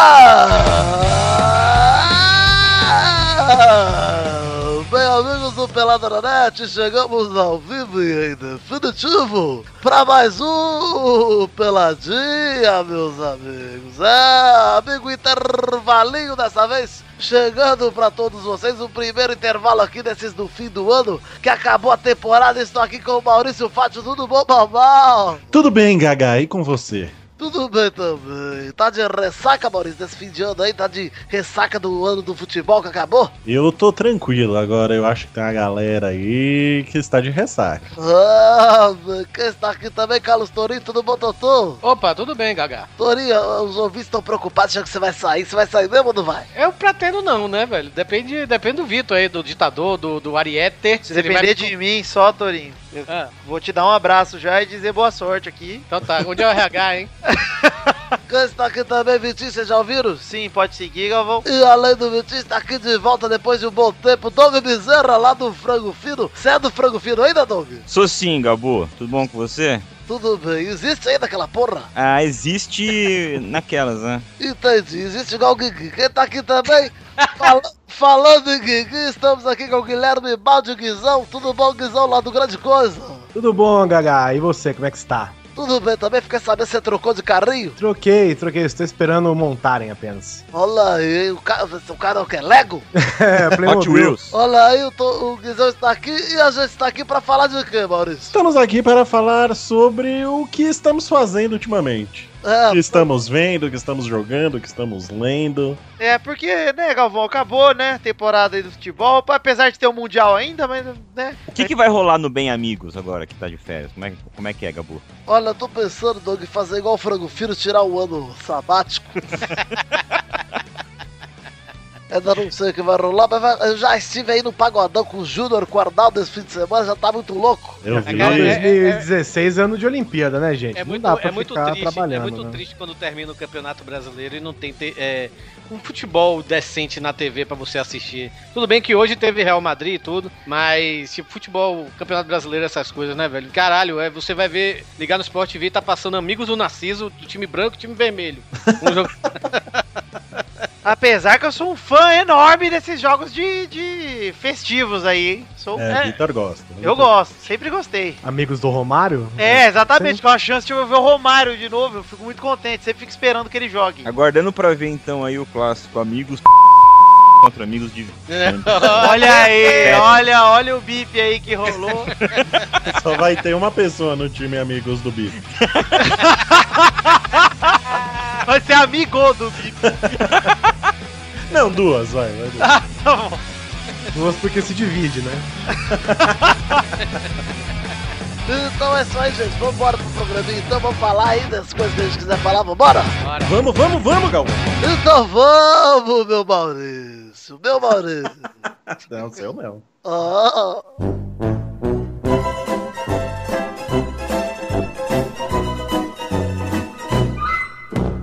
Ah! Bem, amigos do Pelada na Net, chegamos ao vivo e em definitivo para mais um Peladinha, meus amigos. É, amigo intervalinho dessa vez, chegando para todos vocês o primeiro intervalo aqui desses do fim do ano, que acabou a temporada. Estou aqui com o Maurício Fátio, tudo bom, Babal? Tudo bem, Gaga, e com você? Tudo bem também. Tá de ressaca, Maurício, desse fim de ano aí? Tá de ressaca do ano do futebol que acabou? Eu tô tranquilo, agora eu acho que tem uma galera aí que está de ressaca. Ah, mano, quem está aqui também, Carlos Torinho, tudo bom, Totô? Opa, tudo bem, Gaga. Torinho, os ouvintes estão preocupados, achando que você vai sair. Você vai sair mesmo ou não vai? Eu pretendo não, né, velho? Depende, depende do Vitor aí, do ditador, do, do Ariete. Se Ele vai- depender de mim só, Torinho, eu Ah, vou te dar um abraço já e dizer boa sorte aqui. então tá, onde é o RH, hein? Quem está aqui também, Vitinho, vocês já ouviram? Sim, pode seguir, Galvão. E além do Vitinho, está aqui de volta depois de um bom tempo, Doug Bezerra, lá do Frango Fino. Você é do Frango Fino ainda, Doug? Sou sim, Gabu. Tudo bom com você? Tudo bem, existe ainda aquela porra? Ah, existe naquelas, né? Entendi, existe igual o Guigui. Quem tá aqui também? Fala- falando em Guigui, estamos aqui com o Guilherme Balde Guizão. Tudo bom, Guizão, lá do Grande Coisa? Tudo bom, Gaga? E você, como é que está? Tudo bem também, fiquei sabendo se você trocou de carrinho. Troquei, troquei, estou esperando montarem apenas. Olha aí, o, ca... o cara é o quê? Lego? É, Hot Playmobil. Wheels. Olha aí, o, to- o Guizão está aqui e a gente está aqui pra falar de quê, Maurício? Estamos aqui para falar sobre o que estamos fazendo ultimamente. O Ah, É, que estamos vendo, o que estamos jogando, o que estamos lendo. É, porque, né, Galvão, acabou, né, a temporada aí do futebol. Apesar de ter o Mundial ainda, mas, né, O que, que vai rolar no Bem Amigos agora que tá de férias? Como é, como é que é, Gabu? olha, eu tô pensando, Doug, em fazer igual o Frango Fino, tirar o ano sabático. Ainda não sei o que vai rolar, mas vai- eu já estive aí no Pagodão com o Júnior, com o Arnaldo esse fim de semana, já tá muito louco. Eu vi. Cara, é- 2016 é ano de Olimpíada, né, gente? É muito, Não dá pra é muito ficar triste, é trabalhando, muito né? triste quando termina o Campeonato Brasileiro e não tem te- é, um futebol decente na TV pra você assistir. Tudo bem que hoje teve Real Madrid e tudo, mas tipo, futebol, Campeonato Brasileiro, essas coisas, né, velho? Caralho, é, você vai ver, ligar no Sport TV, tá passando Amigos do Narciso, do time branco e time vermelho. Um jogo- apesar que eu sou um fã enorme desses jogos de, de festivos aí, hein. Sou, É, tá- é, Vitor gosta. eu gosto, sempre gostei. Amigos do Romário? É, exatamente, com a chance de eu ver o Romário de novo, eu fico muito contente, sempre fico esperando que ele jogue. Aguardando pra ver então aí o clássico Amigos contra Amigos de. Olha aí, olha, olha o bip aí que rolou. Só vai ter uma pessoa no time Amigos do Bife. Vai ser amigo do bip. Não, duas, vai. vai duas. Ah, tá Duas porque se divide, né? Então é só isso, gente. Vambora pro programinha. Então vamos falar aí das coisas que a gente quiser falar. Vambora? Bora. Vamos, vamos, vamos, Galvão. Então vamos, meu Maurício. Meu Maurício. Ah, Não, seu não. Ó, ó.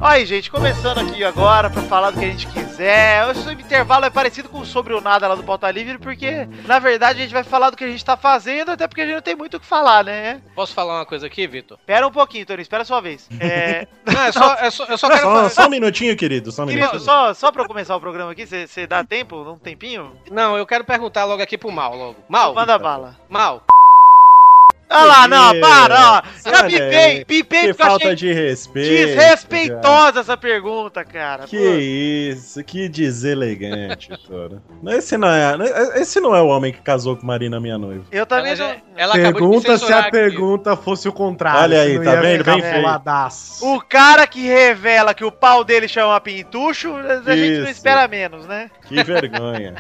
Aí, gente, começando aqui agora pra falar do que a gente quiser. Esse intervalo é parecido com o Sobre o Nada lá do Pauta Livre, porque, na verdade, a gente vai falar do que a gente tá fazendo, até porque a gente não tem muito o que falar, né? Posso falar uma coisa aqui, Vitor? Espera um pouquinho, Tony, espera a sua vez. É, Não, é só, é só, eu só quero Só, falar. só um minutinho, querido. Só um querido, minutinho. só, só pra eu começar o programa aqui, você dá tempo? Um tempinho? Não, eu quero perguntar logo aqui pro Mal, logo. Mal, Então, Manda bala. Mal. Ah lá, não, Meu para, ó. Já Olha pipei, aí. pipei Que porque eu achei falta de respeito. cara. desrespeitosa essa Tá pergunta, cara. Que Pô. isso, que deselegante, cara. Esse não, é, esse não é o homem que casou com Marina, minha noiva. Eu também Ela, já- é- não. ela acabou de me pergunta se censurar a aqui. pergunta fosse o contrário. Olha aí, senão tá ia vendo? ficar Bem feito. boladaço. O cara que revela que o pau dele chama pintucho, a gente não Isso. espera menos, né? Que vergonha.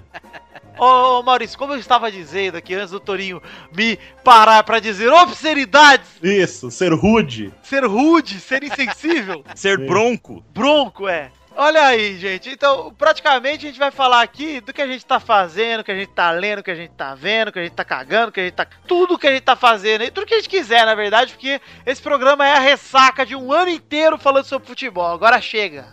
Ô, ô, Maurício, como eu estava dizendo aqui antes do Torinho me parar pra dizer obscenidades, Isso, ser rude. ser rude, ser insensível, Ser Sim. bronco? bronco é. Olha aí, gente. Então, praticamente a gente vai falar aqui do que a gente tá fazendo, que a gente tá lendo, que a gente tá vendo, que a gente tá cagando, que a gente tá. Tudo que a gente tá fazendo aí, tudo que a gente quiser, na verdade, porque esse programa é a ressaca de um ano inteiro falando sobre futebol. Agora chega.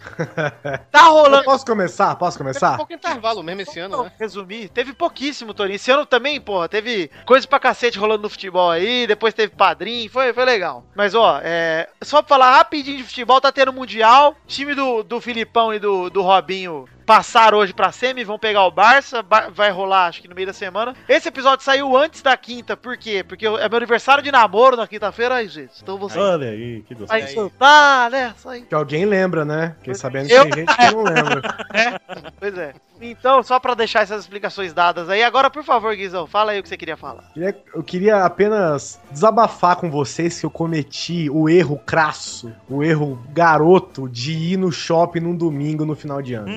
Tá Eu rolando. posso começar? Posso Teve um começar? pouco intervalo mesmo esse ano, Não, né? resumir, teve pouquíssimo, Torinho. Esse ano também, porra, teve coisa pra cacete rolando no futebol aí, depois teve padrinho, foi, foi legal. Mas, ó, é, só pra falar rapidinho de futebol, tá tendo Mundial, time do, do Filipão Filipão e do, do Robinho passaram hoje pra semi, vão pegar o Barça, Ba- vai rolar acho que no meio da semana. Esse episódio saiu antes da quinta, por quê? Porque eu- é meu aniversário de namoro na quinta-feira, aí, gente. Então você Olha aí, que vai gostoso. soltar, né? Só aí. Que alguém lembra, né? Fiquei sabendo Eu- que tem gente que não lembra. Pois é. Então, só pra deixar essas explicações dadas aí, agora, por favor, Guizão, fala aí o que você queria falar. Queria- Eu queria apenas desabafar com vocês que eu cometi o erro crasso, o erro garoto de ir no shopping num domingo no final de ano.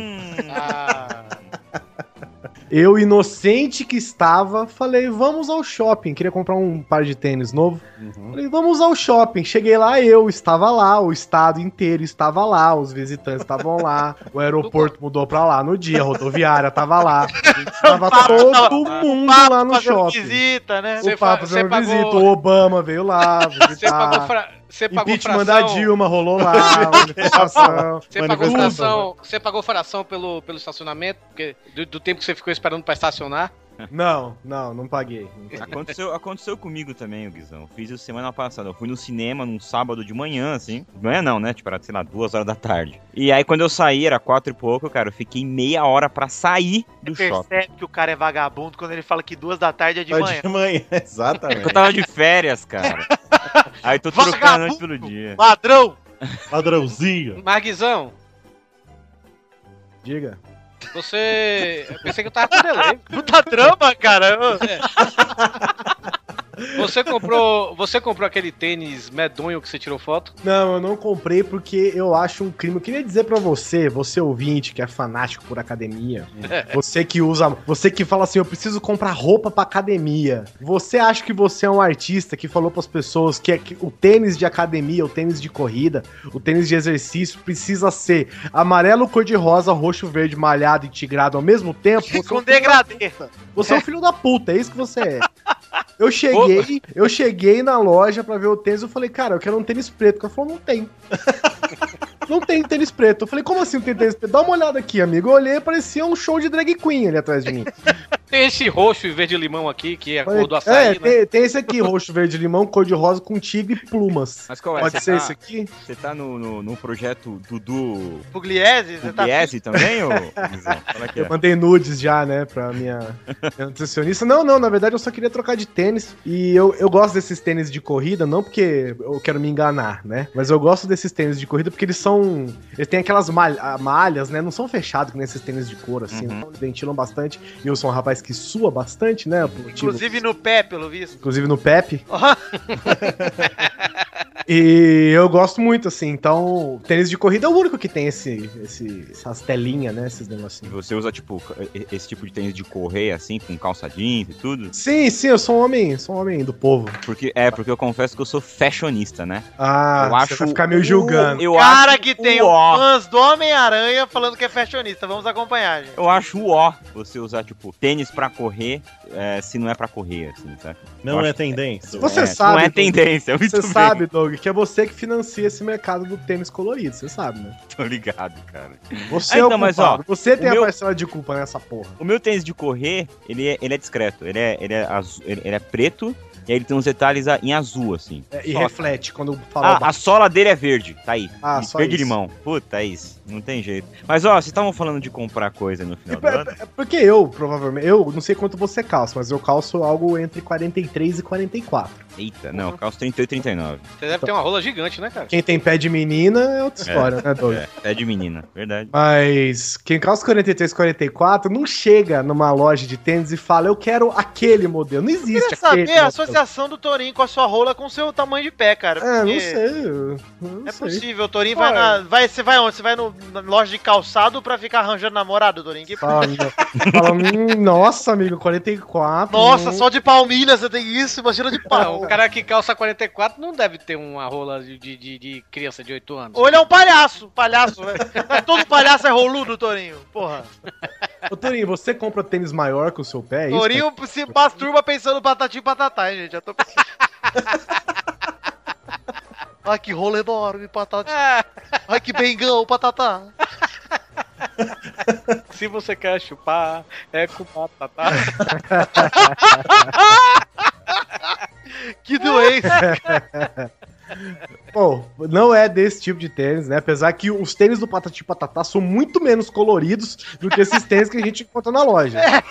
Ah, Eu, inocente que estava, falei, vamos ao shopping. Queria comprar um par de tênis novo. Uhum. Falei, vamos ao shopping. Cheguei lá, eu estava lá, o estado inteiro estava lá, os visitantes estavam lá, o aeroporto mudou pra lá no dia, a rodoviária tava lá. Tava todo mundo lá no fazendo shopping. visita, né? Você O fa- Papa você fazendo pagou- visita, o Obama veio lá Você pagou, visitar. fra... você pagou Impeachment fração. da Dilma rolou lá, manifestação. Você pagou, Manifestação. fração, você pagou fração pelo, pelo estacionamento, porque do, do tempo que você ficou esperando pra estacionar. Não, não, não paguei. Não paguei. Aconteceu, aconteceu comigo também, o Guizão. Fiz isso semana passada. Eu fui no cinema num sábado de manhã, assim. De manhã não, né? Tipo, era, sei lá, duas horas da tarde. E aí, quando eu saí, era quatro e pouco, cara, eu fiquei meia hora pra sair do Você shopping. percebe que o cara é vagabundo quando ele fala que duas da tarde é de manhã. tá, né? De manhã, É que eu exatamente. tava de férias, cara. Aí tô trocando Vagabundo! antes pelo dia. Ladrão! Padrãozinho. Marguizão, Diga. você. Eu pensei que eu tava com delay. É. Puta drama, cara! Ô, Você comprou. Você comprou aquele tênis medonho que você tirou foto? Não, eu não comprei porque eu acho um crime. Eu queria dizer pra você, você ouvinte que é fanático por academia, você que usa, você que fala assim, eu preciso comprar roupa pra academia. Você acha que você é um artista que falou pras pessoas que, é que o tênis de academia, o tênis de corrida, o tênis de exercício precisa ser amarelo, cor de rosa, roxo, verde, malhado e tigrado ao mesmo tempo? Você é um Com filho da- degradê. você é um filho da puta, é isso que você é. Eu cheguei, eu cheguei na loja pra ver o tênis, eu falei, cara, eu quero um tênis preto. O cara falou, não tem. Não tem tênis preto. Eu falei, como assim não tem tênis preto? Dá uma olhada aqui, amigo. Eu olhei, parecia um show de drag queen ali atrás de mim. Tem esse roxo e verde limão aqui, que é a Falei, cor do açaí, é, né? tem, tem esse aqui, roxo, verde, limão, cor de rosa com tigre e plumas. Mas qual é? Pode Você ser tá- esse aqui? Você tá no, no, no projeto Dudu Pugliese, você tá Pugliese também, ô Guizão? Fala que é. Eu mandei nudes já, né, pra minha, minha nutricionista. Não, não, na verdade eu só queria trocar de tênis. E eu, eu gosto desses tênis de corrida, não porque eu quero me enganar, né? Mas eu gosto desses tênis de corrida porque eles são. Eles têm aquelas mal- ah, malhas, né? Não são fechados que nem esses tênis de couro, assim. Uhum. não, Eles ventilam bastante. E eu sou um rapaz que sua bastante, né? por motivo- inclusive no pé, pelo visto. Inclusive no Pepe. E eu gosto muito, assim. Então, tênis de corrida é o único que tem esse, esse, essas telinhas, né? Esses negocinhos. Você usa, tipo, e- esse tipo de tênis de correr, assim, com calça jeans e tudo? Sim, sim, eu sou um homem, sou um homem do povo. Porque, é, porque eu confesso que eu sou fashionista, né? Ah, eu você vai ficar meio julgando. Eu cara acho que tem um o ó. fãs do Homem-Aranha falando que é fashionista. Vamos acompanhar, gente. Eu acho o ó você usar, tipo, tênis pra correr, é, se não é pra correr, assim, sabe? Não é Acho- tendência. Você É, sabe, Não é Doug. tendência, muito Você bem. sabe, Doug, que é você que financia esse mercado do tênis colorido, você sabe, né? Tô ligado, cara. Você Ah, é o então, mas, culpado, você tem o meu- a parcela de culpa nessa porra. O meu tênis de correr, ele é, ele é discreto. Ele é, ele, é azul, ele ele é preto e aí ele tem uns detalhes a- em azul, assim. É, e Só- reflete quando fala... Ah, a sola dele é verde, tá aí. Ah, E só verde isso. limão. Puta, é isso. Não tem jeito. Mas, ó, vocês estavam falando de comprar coisa no final do ano. É porque eu, provavelmente, eu não sei quanto você calça, mas eu calço algo entre 43 e 44. Eita, não, Uhum. eu calço 38 e 39. Você deve ter uma rola gigante, né, cara? Quem tem pé de menina é outra história, né, Doug? É, é de menina, verdade. Mas quem calça 43, 44 não chega numa loja de tênis e fala, eu quero aquele modelo. Não Eu existe queria aquele saber a modelo. associação do Torinho com a sua rola com o seu tamanho de pé, cara. É, porque não sei. eu- Não É sei. possível, o Torinho vai na. Vai, você vai onde? Você vai no, na loja de calçado pra ficar arranjando namorado, Torinho? Que- Fala, amigo. Fala, "Hum, nossa, amigo, 44. Nossa, hum." só de palmilha você tem isso, imagina de Ah, o pau. cara que calça 44 não deve ter uma rola de, de- de criança de 8 anos. Ou ele é um palhaço, palhaço, velho. Mas Todo palhaço é roludo, Torinho. Porra. Ô, Torinho, você compra tênis maior que o seu pé? É isso, Torinho se masturba pensando patati e patatá, hein, gente. Já tô pensando. Ai, que rolo enorme, patati. Ai, que bengão, patatá. Se você quer chupar, é com tá, batata. Que doença. Bom, não é desse tipo de tênis, né? Apesar que os tênis do Patati Patatá são muito menos coloridos do que esses tênis que a gente encontra na loja. É.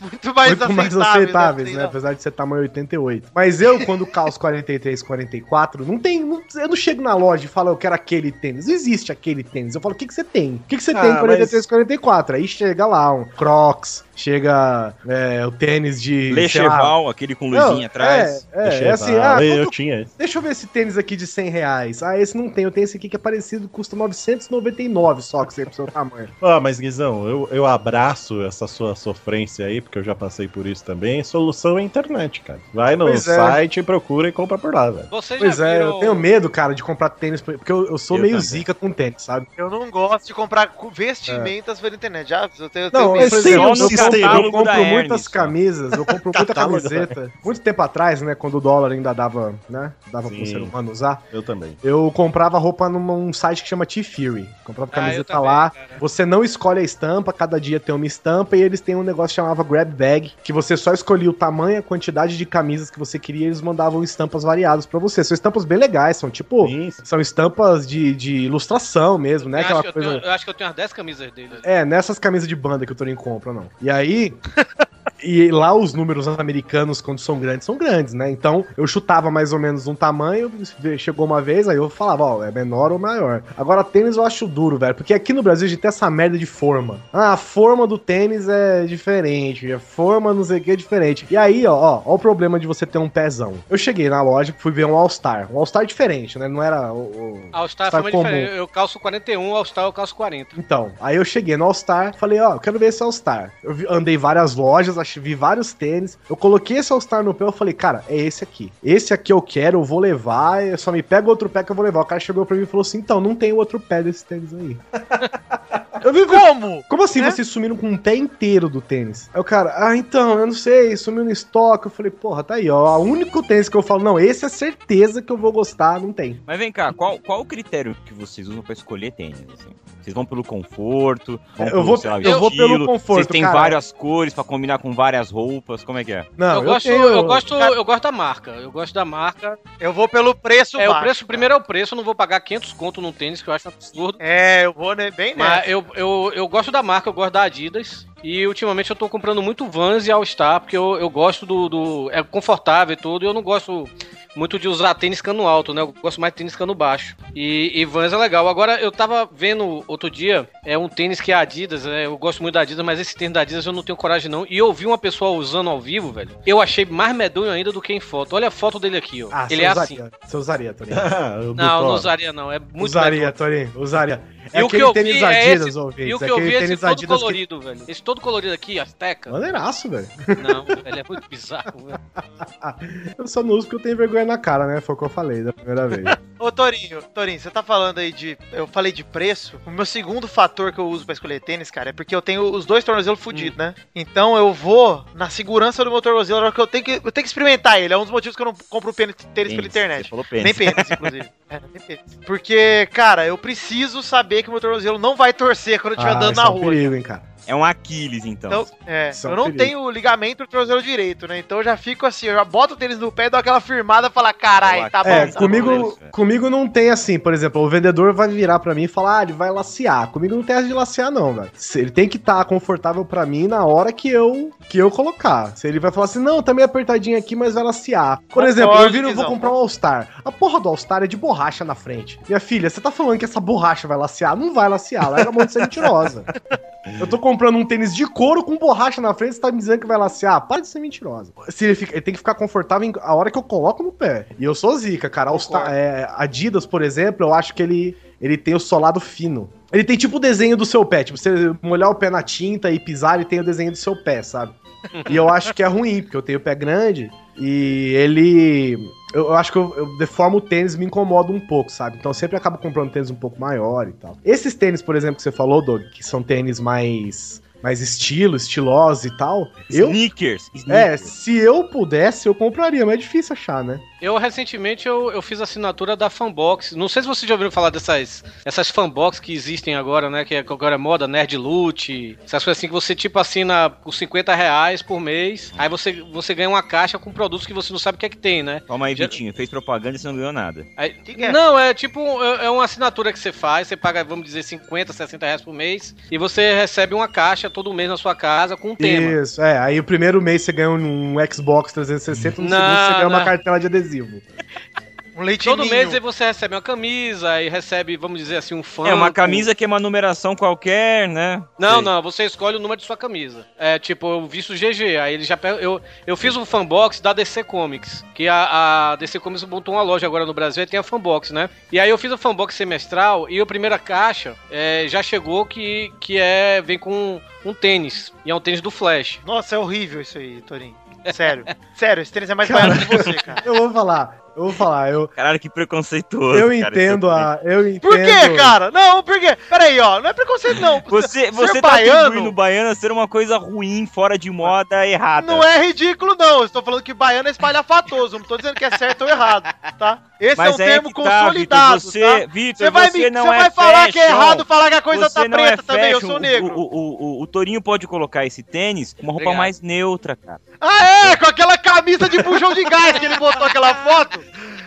Muito mais muito aceitáveis. mais aceitáveis, assim, né? não. Apesar de ser tamanho 88. Mas eu, quando calço 43, 44, não tem. não- eu não chego na loja e falo, eu quero aquele tênis. Não existe aquele tênis. Eu falo, o que, que você tem? O que, que você Ah, tem em 43, 44? Aí chega lá um Crocs, chega é, o tênis de. sei lá, Lecheval, aquele com luzinha Não, atrás. É, é, Deixa é eu assim, falar. ah, eu, quanto- tinha esse. deixa eu ver esse tênis aqui de 100 reais. Ah, esse não tem, eu tenho esse aqui que é parecido, custa 999 só, que você pro seu tamanho. Ó, mas Guizão, eu, eu abraço essa sua sofrência aí, porque eu já passei por isso também. Solução é internet, cara. Vai no Pois é. site, procura e compra por lá, velho. Vocês Pois já é, viram... eu tenho medo, cara, de comprar tênis, porque eu, eu sou Eu meio também. zica com tênis, sabe? Eu não gosto de comprar cu- vestimentas pela internet. Já, eu tenho, eu É. Não, tenho eu, esse sei, eu, é um eu compro, sistema. eu compro Da Hermes, muitas ó. camisas, eu compro muita Catálogo da camiseta. Muito tempo atrás, né, quando o dólar ainda dava, né, dava pro Sim. ser humano usar, Eu também. eu comprava roupa num num site que chama T-Fury. Comprava Ah, eu camiseta também, lá, cara. Você não escolhe a estampa, cada dia tem uma estampa e eles têm um negócio que chamava grab bag, que você só escolhia o tamanho, a quantidade de camisas que você queria e eles mandavam estampas variadas pra você. São estampas bem legais, são tipo, Sim, sim. são estampas de, de ilustração mesmo, né? Eu acho, que Aquela eu coisa. tenho- eu acho que eu tenho umas 10 camisas dele. É, nessas camisas de banda que o Torinho compra, não. E aí. E lá os números americanos, quando são grandes, são grandes, né? Então eu chutava mais ou menos um tamanho, ve- chegou uma vez, aí eu falava, ó, é menor ou maior. Agora, tênis eu acho duro, velho, porque aqui no Brasil a gente tem essa merda de forma. Ah, a forma do tênis é diferente, a forma não sei o que é diferente. E aí, ó, ó, ó o problema de você ter um pezão. Eu cheguei na loja, fui ver um All-Star. Um All-Star diferente, né? Não era o- o... All-Star Sabe foi como? diferente. Eu calço 41, All-Star eu calço 40. Então, aí eu cheguei no All Star, falei, ó, eu quero ver esse All Star. Eu vi- andei várias lojas, ach- vi vários tênis. Eu coloquei esse All Star no pé, eu falei, cara, é esse aqui. Esse aqui eu quero, eu vou levar, eu só me pega outro pé que eu vou levar. O cara chegou pra mim e falou assim, então, não tem o outro pé desse tênis aí. eu vi, Como? como assim Né? vocês sumiram com um pé inteiro do tênis? Aí o cara, ah, então, eu não sei, sumiu no estoque. Eu falei, porra, tá aí, ó, o único tênis que eu falo, não, esse é certeza que eu vou gostar, não tem. Mas vem cá, qual, qual o critério que vocês usam pra escolher tênis? assim? Vocês vão pelo conforto? Vão Eu vou- sei lá, o eu vou pelo conforto, Vocês têm cara. várias cores pra combinar com várias roupas? Como é que é? Não, eu, gosto, tenho- eu, gosto, eu gosto da marca. Eu gosto da marca. Eu vou pelo preço É, o baixo, preço, cara. primeiro é o preço, eu não vou pagar 500 conto num tênis, que eu acho um absurdo. É, eu vou né, bem nessa. Mas eu, eu, eu gosto da marca, eu gosto da Adidas. E ultimamente eu tô comprando muito Vans e All-Star, porque eu, eu gosto do, do- É confortável e tudo. E eu não gosto muito de usar tênis cano alto, né? Eu gosto mais de tênis cano baixo. E, e Vans é legal. Agora, eu tava vendo outro dia, é um tênis que é Adidas, né? Eu gosto muito da Adidas, mas esse tênis da Adidas eu não tenho coragem, não. E eu vi uma pessoa usando ao vivo, velho. Eu achei mais medonho ainda do que em foto. Olha a foto dele aqui, ó. Ah, Ele você é assim. usaria, Você usaria, Torinho. Ah, o do Não, não Thor. usaria, não. É muito usaria, Torinho, usaria. E É o que aquele eu tênis vi é Adidas, esse- ouvintes. E o que eu aquele vi é esse tênis todo Adidas colorido, velho. Esse todo colorido aqui, que... Azteca. Maneiraço, velho. Não, ele é muito bizarro, velho. Eu só não uso porque eu tenho vergonha na cara, né? Foi o que eu falei da primeira vez. Ô Torinho, Torinho, você tá falando aí de. Eu falei de preço. O meu segundo fator que eu uso pra escolher tênis, cara, é porque eu tenho os dois tornozelos Hum. fudidos, né? Então eu vou na segurança do meu tornozelo, na hora que eu tenho que, eu tenho que experimentar ele. É um dos motivos que eu não compro pênis- tênis pela Você internet. falou Nem pênis. pênis, inclusive. É, nem pênis. Porque, cara, eu preciso saber que o meu tornozelo não vai torcer quando eu estiver Ah, andando isso na é um rua. perigo, hein, cara. É um Aquiles, então. Então, é, Isso é um eu não perigo. tenho ligamento do tornozelo direito, né? Então eu já fico assim, eu já boto o tênis no pé e dou aquela firmada e falar, carai, tá bom. É, tá bom." comigo, beleza. comigo não tem assim, por exemplo, o vendedor vai virar pra mim e falar, ah, ele vai lacear. Comigo não tem essa de lacear não, velho. Se- Ele tem que estar confortável pra mim na hora que eu que eu colocar. Se ele vai falar assim, não, tá meio apertadinho aqui, mas vai lacear. Por Concordo, exemplo, eu viro e vou Guizão. comprar um All Star. A porra do All Star é de borracha na frente. Minha filha, você tá falando que essa borracha vai lacear? Não vai lacear, larga a mão de ser mentirosa. Eu tô comprando um tênis de couro com borracha na frente, você tá me dizendo que vai lacear? Para de ser mentirosa. Se ele, fica- ele tem que ficar confortável em- a hora que eu coloco no pé. E eu sou zica, cara. All Star- é, Adidas, por exemplo, eu acho que ele, ele tem o solado fino. Ele tem tipo o desenho do seu pé. Tipo, você molhar o pé na tinta e pisar, ele tem o desenho do seu pé, sabe? E eu acho que é ruim, porque eu tenho o pé grande e ele. Eu eu acho que eu, eu deformo o tênis e me incomoda um pouco, sabe? Então eu sempre acabo comprando tênis um pouco maior e tal. Esses tênis, por exemplo, que você falou, Doug, que são tênis mais. mais estilo, estilosa e tal. Eu, Sneakers. é, sneakers. se eu pudesse, eu compraria, mas é difícil achar, né? Eu recentemente eu, eu fiz assinatura da Fanbox. Não sei se vocês já ouviram falar dessas essas Fanbox que existem agora, né? Que é- que agora é moda, Nerd Loot. Essas coisas assim que você tipo assina por 50 reais por mês. Aí você, você ganha uma caixa com produtos que você não sabe o que é que tem, né? Toma aí, Já- Vitinho. Fez propaganda e você não ganhou nada. Aí- Que que é? Não, é tipo é é uma assinatura que você faz, você paga, vamos dizer, 50, 60 reais por mês, e você recebe uma caixa todo mês na sua casa com um tema. Isso, é. Aí o primeiro mês você ganha um Xbox 360, no Não, segundo você ganha uma não. cartela de adesivo. Um leitinho. Todo mês aí você recebe uma camisa e recebe, vamos dizer assim, um fã. É uma camisa que é uma numeração qualquer, né? Não, Sei. não, você escolhe o número de sua camisa. É, tipo, eu visto GG, aí ele já pega. Eu, eu fiz um fanbox da DC Comics, que a, a DC Comics montou uma loja agora no Brasil e tem a fanbox, né? E aí eu fiz o fanbox semestral e a primeira caixa é, já chegou que, que é. vem com um tênis. E é um tênis do Flash. Nossa, é horrível isso aí, Torinho. Sério. Sério, esse tênis é mais barato que você, cara. Eu vou falar, eu vou falar, eu, Caralho, que preconceituoso. eu cara, entendo esse é a. Eu entendo. Por quê, cara? Não, por quê? Peraí, ó, não é preconceito, não. Você, você tá baiano- atribuindo o baiano a ser uma coisa ruim, fora de moda, errada. Não é ridículo, não. Estou falando que baiano é espalhafatoso. Não tô dizendo que é certo ou errado, tá? Esse é um Mas aí termo que tá, consolidado, Vitor, você, tá? Vitor, Você vai, você me, não você é vai falar que é fashion. errado, falar que a coisa Você tá não é preta também, eu fashion. sou O- negro. O, o, o, o Torinho pode colocar esse tênis com uma roupa Obrigado. mais neutra, cara. Ah, é? Com aquela camisa de bujão de gás que ele botou aquela foto.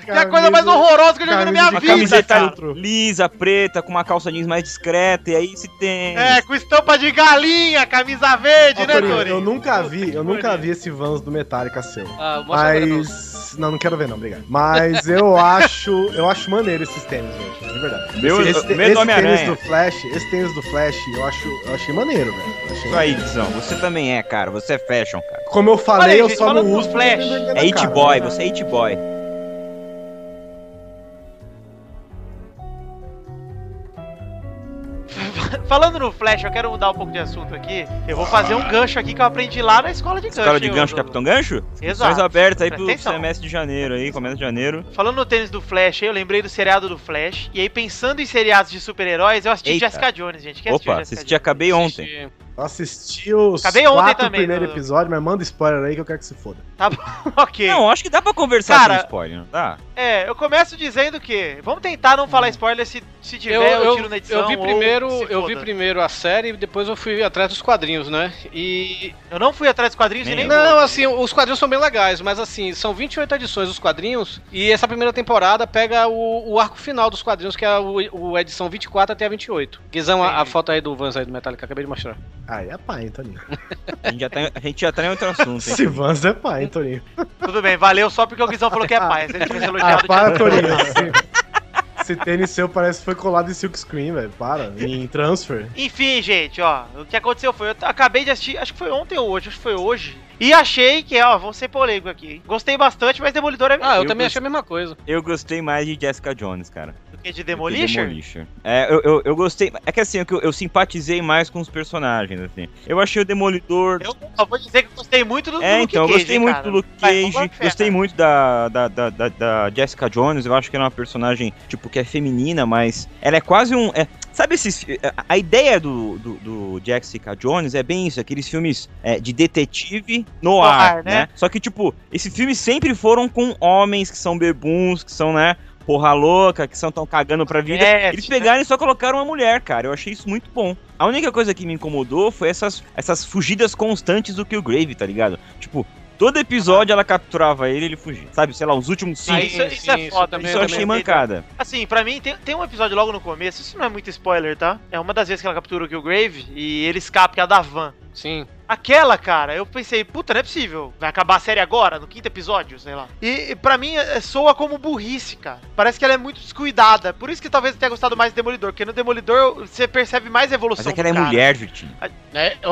Que é a coisa mais horrorosa que eu já vi na minha Uma Camisa- vida, camiseta cara. cara. lisa, preta, com uma calça jeans mais discreta, e aí esse tênis. É, com estampa de galinha, camisa verde, Ó, né, Torinho, Torinho? eu nunca vi, eu nunca vi esse Vans do Metallica seu. Ah, mostra agora pra você. Mas. Não, não quero ver, não, obrigado. Mas eu acho. Eu acho maneiro esses tênis, gente. De verdade. Meu- esse, meu é esse Homem-Aranha. tênis do Flash, esse tênis do Flash, eu acho. Eu achei maneiro, velho. Eu achei Isso aí, Guizão. Você também é, cara. Você é fashion, cara. Como eu Olha aí, falei, eu gente, só não falando do uso. Flash. porque eu não tenho É vergonha na it cara, boy, né? você é it boy. Falando no Flash, eu quero mudar um pouco de assunto aqui. Eu vou fazer um gancho aqui que eu aprendi lá na escola de gancho. Escola de eu- gancho, eu- Capitão Gancho? Exato. Inscrições abertas aí pro Presta atenção. semestre de janeiro aí, começo de janeiro. Falando no tênis do Flash, eu lembrei do seriado do Flash. E aí, pensando em seriados de super-heróis, eu assisti Eita. Jessica Jones, gente. é Quem assistiu Opa, Jessica assisti, acabei ontem. Eu assisti os Acabei ontem quatro também, né? primeiro do- episódio, mas manda spoiler aí que eu quero que se foda. Jones? Tá bom, ok. Não, acho que dá pra conversar Cara, sem spoiler, não dá? É, eu começo dizendo que... Vamos tentar não falar spoiler se, se tiver, Eu, eu, eu, tiro na edição. eu vi ou primeiro, se eu vi foda. primeiro a série e depois eu fui atrás dos quadrinhos, né? E Eu não fui atrás dos quadrinhos e Nem nem... eu. Não, assim, os quadrinhos são bem legais, mas assim, são 28 edições os quadrinhos, e essa primeira temporada pega o, o arco final dos quadrinhos, que é o, o edição 24 até a 28. Guizão, a, a Entendi. foto aí do Vans aí do Metallica, acabei de mostrar. Aí é pai, hein, Toninho. A gente já tá, a gente já tá em outro assunto, hein? Esse Vans é pai, hein, Toninho. Tudo bem, É, valeu só porque o Guizão falou que é paz. Ele tivesse Ah, elogiado... para, tinha- Toninho. Esse- Esse tênis seu parece que foi colado em silk screen, velho. Para. Em transfer. Enfim, gente, ó, o que aconteceu foi, eu t- acabei de assistir, acho que foi ontem ou hoje, acho que foi hoje, e achei que, ó, vou ser polêmico aqui. hein? Gostei bastante, mas Demolidor é melhor Ah, eu, Eu gostei. também achei a mesma coisa. Eu gostei mais de Jessica Jones, cara. do que de do que Demolition. Demolisher. É, eu, eu, eu gostei. É que assim, eu, eu simpatizei mais com os personagens, assim. Eu achei o Demolidor. Eu só vou dizer que gostei muito do, É, do então, eu Cage, gostei hein, muito cara. do Luke Vai, Cage, vamos lá, fera. gostei muito da, da, da, da- da Jessica Jones, eu acho que ela é uma personagem, tipo, que é feminina, mas ela é quase um... é- sabe esses... fi- a- A ideia do, do, do Jessica Jones é bem isso, aqueles filmes é, de detetive no ar, Noir, né? né? Só que, tipo, esses filmes sempre foram com homens que são bebuns, que são, né, porra louca, que são tão cagando pra vida. É, Eles né? pegaram e só colocaram uma mulher, cara. Eu achei isso muito bom. A única coisa que me incomodou foi essas, essas fugidas constantes do Killgrave, tá ligado? Tipo, todo episódio ela capturava ele e ele fugia. Sabe, sei lá, os últimos cinco. Ah, isso isso, isso é foda, também, isso eu também. achei mancada. Assim, pra mim, tem, tem um episódio logo no começo, isso não é muito spoiler, tá? É uma das vezes que ela captura o Killgrave e ele escapa, que é a da van. Sim. Aquela, cara, eu pensei, puta, não é possível. Vai acabar a série agora, no quinto episódio, sei lá. E e pra mim é- soa como burrice, cara. Parece que ela é muito descuidada. Por isso que talvez eu tenha gostado mais do Demolidor, porque no Demolidor você percebe mais a evolução. Mas é que ela é do cara. mulher, Vitinho. É, ô, ô,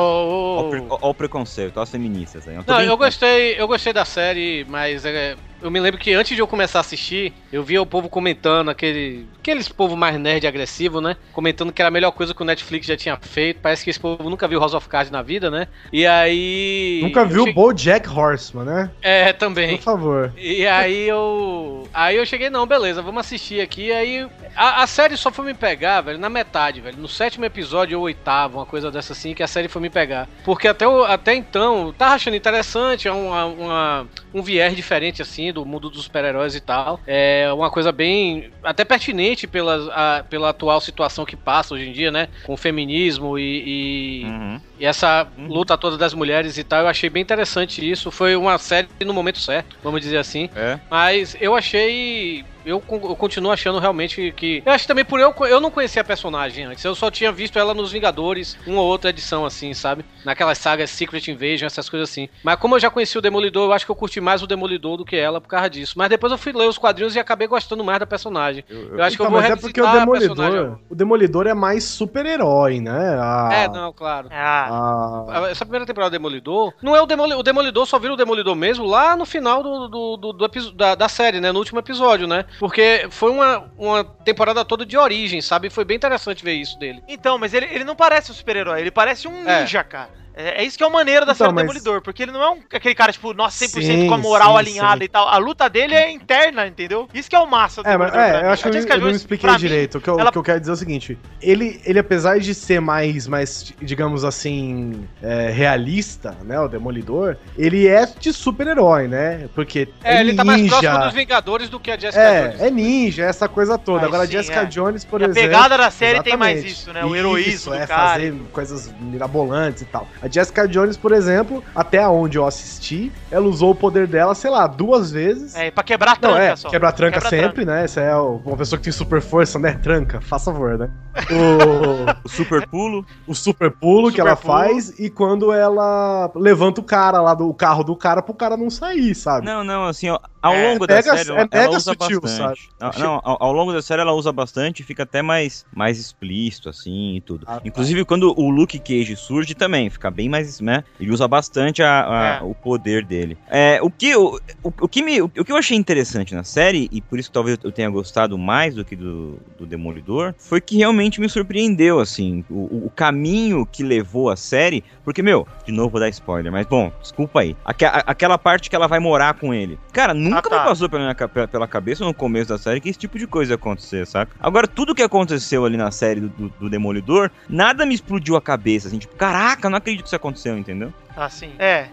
ô. Olha o preconceito, olha as feministas aí. Eu tô Não, bem eu gostei, eu gostei da série, mas é, Eu me lembro que antes de eu começar a assistir, eu via o povo comentando, aquele, aqueles povo mais nerd agressivo, né? Comentando que era a melhor coisa que o Netflix já tinha feito. Parece que esse povo nunca viu House of Cards na vida, né? E aí. Nunca eu viu o che- BoJack Horseman, né? É, também. Por favor. E aí eu. Aí eu cheguei, não, beleza, vamos assistir aqui. Aí. A, a série só foi me pegar, velho, na metade, velho. No sétimo episódio ou oitavo, uma coisa dessa assim, que a série foi me pegar. Porque até, o- até então, eu tava achando interessante, é uma, uma- um viés diferente, assim, do mundo dos super-heróis e tal. É uma coisa bem. até pertinente pela, a- pela atual situação que passa hoje em dia, né? Com o feminismo e. e- Uhum. e essa Uhum. luta toda das mulheres e tal, eu achei bem interessante isso. Foi uma série no momento certo, vamos dizer assim. É. Mas eu achei. Eu, con- eu continuo achando realmente que. Eu acho também por eu. co- Eu não conhecia a personagem antes. Eu só tinha visto ela nos Vingadores, uma ou outra edição, assim, sabe? Naquelas sagas Secret Invasion, essas coisas assim. Mas como eu já conheci o Demolidor, eu acho que eu curti mais o Demolidor do que ela por causa disso. Mas depois eu fui ler os quadrinhos e acabei gostando mais da personagem. Eu- Eu acho que eu Então, vou mas é porque o revisitar a personagem. Demolidor, o Demolidor é mais super-herói, né? A- É, não, claro. Ah, a- Ah, Essa primeira temporada do Demolidor. Não é o Demolidor. O Demolidor só vira o Demolidor mesmo lá no final do, do, do- do episo- da, da série, né? No último episódio, né? Porque foi uma, uma temporada toda de origem, sabe? Foi bem interessante ver isso dele. Então, mas ele, ele não parece um super-herói, ele parece um É. ninja, cara. É, é isso que é o maneiro da Então, série mas- Demolidor, porque ele não é um, aquele cara, tipo, nossa, 100% com a Sim, moral sim, alinhada sim. e tal. A luta dele é interna, entendeu? Isso que é o massa do É, mas, pra é, mim. eu acho que A eu, Jessica eu não Jones, expliquei pra mim, direito. O que, eu, o ela- que eu quero dizer é o seguinte: ele, ele apesar de ser mais, mais digamos assim, é, realista, né? O Demolidor, ele é de super-herói, né? Porque É, ele tá mais próximo dos Vingadores do que a Jessica Jones. É, é ninja, essa coisa toda. Aí Agora, sim, Jessica é. Jones, por E a exemplo. pegada da série tem mais Exatamente. isso, né? O heroísmo é do cara. fazer coisas mirabolantes e tal. A Jessica Jones, por exemplo, até onde eu assisti, ela usou o poder dela, sei lá, duas vezes. É, pra quebrar a Não, tranca é, só. quebra-tranca Quebra-tranca. sempre, né? Essa é o- uma pessoa que tem super força, né? Tranca, faça favor, né? O, O super pulo. o super pulo O que ela super pulo. faz e quando ela levanta o cara lá do o carro do cara pro cara não sair, sabe? Não, não, assim, ó, ao É, longo da mega- série é ela, ela mega usa sutil, bastante. Ah, Não, ao, ao longo da série ela usa bastante, fica até mais, mais explícito, assim, e tudo. Ah, tá. Inclusive, quando o Luke Cage surge também, fica bem mais, né? Ele usa bastante a- a- É. o poder dele. É, o que, eu- o, o que me, o, que eu achei interessante na série, e por isso que talvez eu tenha gostado mais do que do, do Demolidor, foi que realmente me surpreendeu, assim, o, o- o caminho que levou a série, porque, meu, de novo vou dar spoiler, mas bom, desculpa aí. Aque- a- aquela parte que ela vai morar com ele. Cara, nunca Ah, tá. me passou pela, minha ca- pe- pela cabeça no começo da série que esse tipo de coisa ia acontecer, saca? Agora, tudo que aconteceu ali na série do, do- do Demolidor, nada me explodiu a cabeça, assim, tipo, caraca, não acredito que isso aconteceu, entendeu? Assim. É.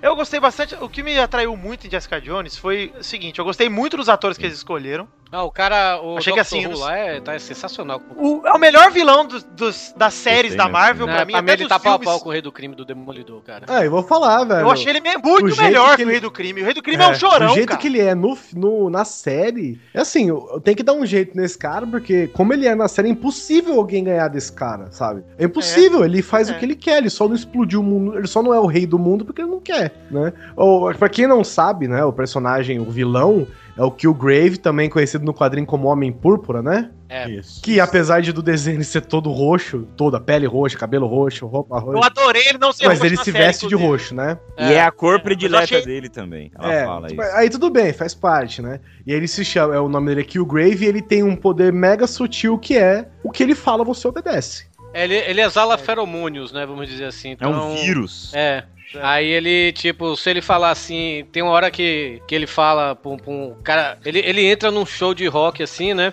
Eu gostei bastante. O que me atraiu muito em Jessica Jones foi o seguinte: eu gostei muito dos atores que eles escolheram. Ah, o cara, o Achei que Dr. assim, Who não- lá é, tá sensacional. O- é o melhor vilão dos, dos- das séries Gostei da mesmo. Marvel, Né, pra mim, pra mim, até ele dos tá pau a filmes. pau com o Rei do Crime do Demolidor, cara. Ah, eu vou falar, velho. Eu achei ele me- muito jeito melhor que que o ele- Rei do Crime. O Rei do Crime é, um chorão, O jeito cara. que ele é no, no- na série. É assim, eu, eu tenho que dar um jeito nesse cara, porque como ele é na série, é impossível alguém ganhar desse cara, sabe? É impossível, ele faz É. o que ele quer, ele só não explodiu o mundo, ele só não é o rei do mundo porque ele não quer, né? Ou, pra quem não sabe, né, o personagem, o vilão. É o Killgrave, também conhecido no quadrinho como Homem Púrpura, né? É. Isso. Que apesar de do desenho ele ser todo roxo, toda pele roxa, cabelo roxo, roupa Eu roxa, adorei ele não ser mas roxo ele na se série, veste de inclusive. roxo, né? E é a cor predileta achei- dele também. Ela fala tipo, isso. aí tudo bem, faz parte, né? E aí ele se chama, é, o nome dele é Killgrave e ele tem um poder mega sutil que é o que ele fala, você obedece. Ele, ele É. exala feromônios, né? Vamos dizer assim. É um Então, vírus. É. Aí ele, tipo, se ele falar assim, tem uma hora que, que ele fala pra um, pra um cara. Ele, ele entra num show de rock, assim, né?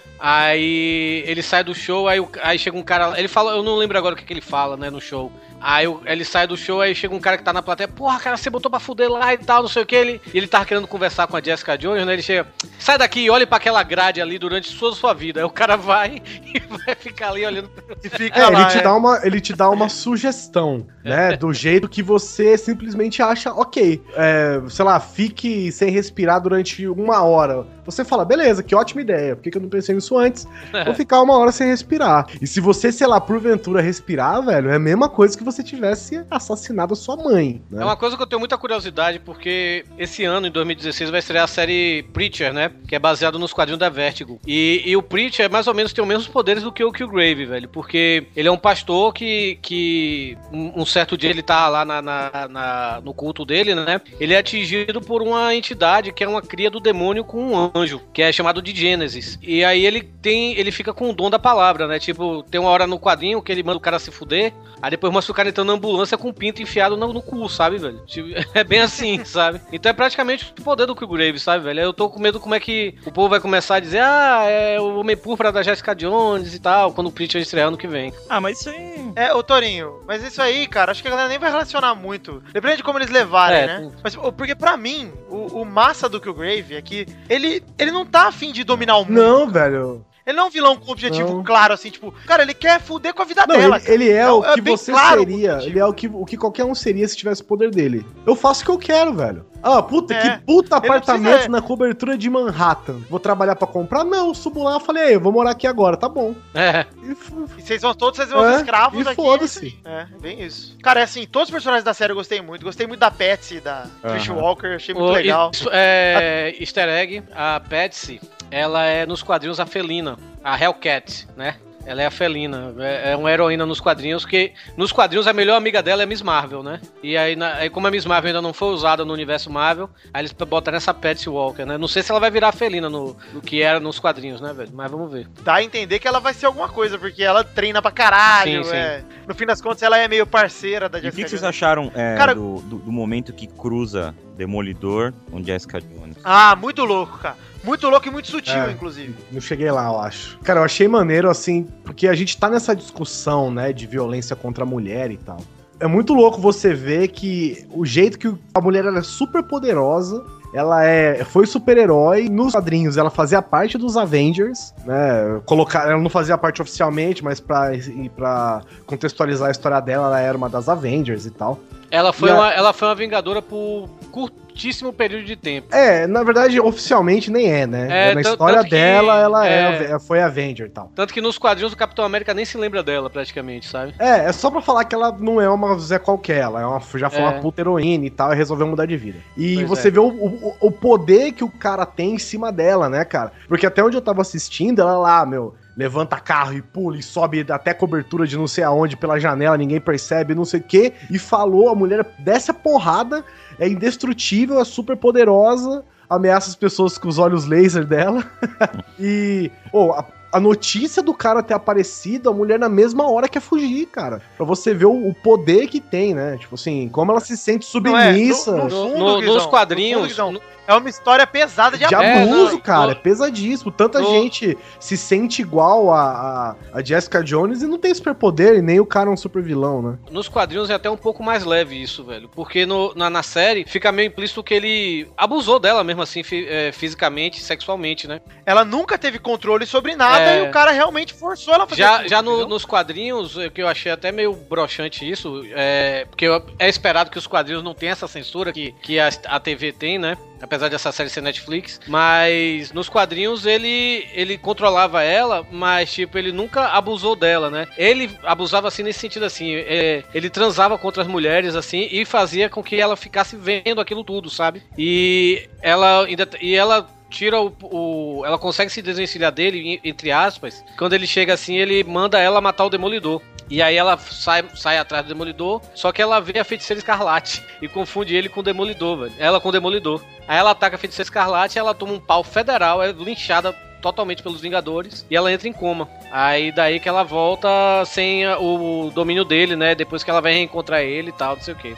Aí ele sai do show, aí, o- aí chega um cara. Ele fala, eu não lembro agora o que, que ele fala, né, no show. Aí o- ele sai do show, aí chega um cara que tá na plateia, porra, cara, você botou pra fuder lá e tal, não sei o que. Ele, e ele tava querendo conversar com a Jessica Jones, né? Ele chega, sai daqui e olhe pra aquela grade ali durante toda a sua vida. Aí o cara vai e vai ficar ali olhando. E fica É, lá, ele te, é. dá uma, ele te dá uma sugestão, né? Do jeito que você simplesmente acha, ok, é, sei lá, fique sem respirar durante uma hora. você fala, beleza, que ótima ideia, por que, que eu não pensei nisso antes? Vou ficar uma hora sem respirar. E se você, sei lá, porventura respirar, velho, é a mesma coisa que você tivesse assassinado a sua mãe, né? É uma coisa que eu tenho muita curiosidade, porque esse ano, em 2016, vai estrear a série Preacher, né? Que é baseado nos quadrinhos da Vertigo. E, e o Preacher, é mais ou menos, tem os mesmos poderes do que o Killgrave, velho. Porque ele é um pastor que, que um um certo dia ele tá lá na, na- na- no culto dele, né? Ele é atingido por uma entidade que é uma cria do demônio com um anjo, que é chamado de Gênesis. E aí ele tem. ele fica com o dom da palavra, né? Tipo, tem uma hora no quadrinho que ele manda o cara se fuder, Aí depois mostra o cara entrando na ambulância com o pinto enfiado no, no cu, sabe, velho? Tipo, É bem assim, sabe? Então é praticamente o poder do Kilgrave, sabe, velho? Eu tô com medo como é que o povo vai começar a dizer, ah, é o Homem Púrpura da Jessica Jones e tal, quando o Preacher estrear ano que vem. Ah, mas isso aí. É, ô Torinho, mas isso aí, cara, acho que a galera nem vai relacionar muito. Depende de como eles levarem, É, né? tem- Mas, ô, porque pra mim, o, o massa do Killgrave é que ele, ele não tá afim de dominar o mundo. Não, velho. Ele não é um vilão com objetivo Não. claro, assim, tipo, cara, ele quer fuder com a vida Não, dela. ele, ele é Não, o é que bem você claro o seria. motivo. Ele é o que, o que qualquer um seria se tivesse o poder dele. Eu faço o que eu quero, velho. Ah, puta, É. que puta não apartamento precisa- na cobertura de Manhattan. Vou trabalhar pra comprar? Não, eu subo lá, falei, aí, eu vou morar aqui agora, tá bom. É. E f- E vocês vão todos, vocês vão ser É, escravos e aqui. foda-se. É, bem isso. Cara, é assim, todos os personagens da série eu gostei muito. Gostei muito da Patsy, da Trish Aham. Walker, achei muito O- legal. isso- é, Easter egg, a Patsy, ela é nos quadrinhos a felina, a Hellcat, né? Ela é a felina, é, é uma heroína nos quadrinhos, que nos quadrinhos a melhor amiga dela é Miss Marvel, né? E aí, na- aí como a Miss Marvel ainda não foi usada no universo Marvel, aí eles botaram essa Patsy Walker, né? Não sei se ela vai virar a felina no, no que era nos quadrinhos, né, velho? Mas vamos ver. Dá a entender que ela vai ser alguma coisa, porque ela treina pra caralho. Sim, sim. é. No fim das contas, ela é meio parceira E da o que, Jessica. que vocês Jones. acharam é, Cara- do, do- do momento que cruza Demolidor com Jessica Jones? Ah, muito louco, cara. Muito louco e muito sutil, É. inclusive. Não cheguei lá, eu acho. Cara, eu achei maneiro, assim, porque a gente tá nessa discussão, né, de violência contra a mulher e tal. É muito louco você ver que o jeito que a mulher era super poderosa, ela é, foi super-herói nos quadrinhos, ela fazia parte dos Avengers, né? Colocar, ela não fazia parte oficialmente, mas pra, e pra contextualizar a história dela, ela era uma das Avengers e tal. Ela foi, E a- uma, ela foi uma vingadora por curtíssimo período de tempo. É, na verdade, oficialmente nem é, né? É, Na tan- história tanto que- dela, ela é... é. foi Avenger e tal. Tanto que nos quadrinhos o Capitão América nem se lembra dela, praticamente, sabe? É, é só pra falar que ela não é uma Zé qualquer, ela é uma, já foi É. uma puta heroína e tal, e resolveu mudar de vida. E Pois você é. vê o, o, o poder que o cara tem em cima dela, né, cara? Porque até onde eu tava assistindo, ela lá, meu, levanta carro e pula e sobe até cobertura de não sei aonde pela janela, ninguém percebe, não sei o quê, e falou, a mulher desce a porrada, é indestrutível, é super poderosa, ameaça as pessoas com os olhos laser dela. e, ô, a, a notícia do cara ter aparecido, a mulher na mesma hora quer fugir, cara. Pra você ver o, o poder que tem, né? Tipo assim, como ela se sente Não é, submissa. no- no fundo, No- Guizão, nos no fundo, quadrinhos, Guizão, É uma história pesada de De amor. É, abuso, não, cara, no- é pesadíssimo. Tanta no- gente se sente igual a, a, a Jessica Jones e não tem superpoder, e nem o cara é um super vilão, né? Nos quadrinhos é até um pouco mais leve isso, velho. Porque no- na, na série fica meio implícito que ele abusou dela mesmo assim, fi- é, fisicamente, sexualmente, né? Ela nunca teve controle sobre nada É. e o cara realmente forçou ela a fazer Já, tudo, já no- entendeu? nos quadrinhos, é, que eu achei até meio broxante isso, é, porque eu- é esperado que os quadrinhos não tenham essa censura que, que a, a TV tem, né? Apesar dessa série ser Netflix. Mas nos quadrinhos ele, ele controlava ela, mas tipo, ele nunca abusou dela, né? Ele abusava assim nesse sentido assim. é, ele transava contra as mulheres assim e fazia com que ela ficasse vendo aquilo tudo, sabe? E ela ainda. E ela tira o, o- Ela consegue se desvencilhar dele, em- entre aspas. Quando ele chega assim, ele manda ela matar o demolidor. E aí ela sai, sai atrás do demolidor, só que ela vê a feiticeira escarlate e confunde ele com o demolidor, velho. Ela com o demolidor. Aí ela ataca a feiticeira escarlate, ela toma um pau federal, é linchada totalmente pelos Vingadores e ela entra em coma. Aí daí que ela volta sem a- o domínio dele, né? Depois que ela vai reencontrar ele e tal, não sei o quê.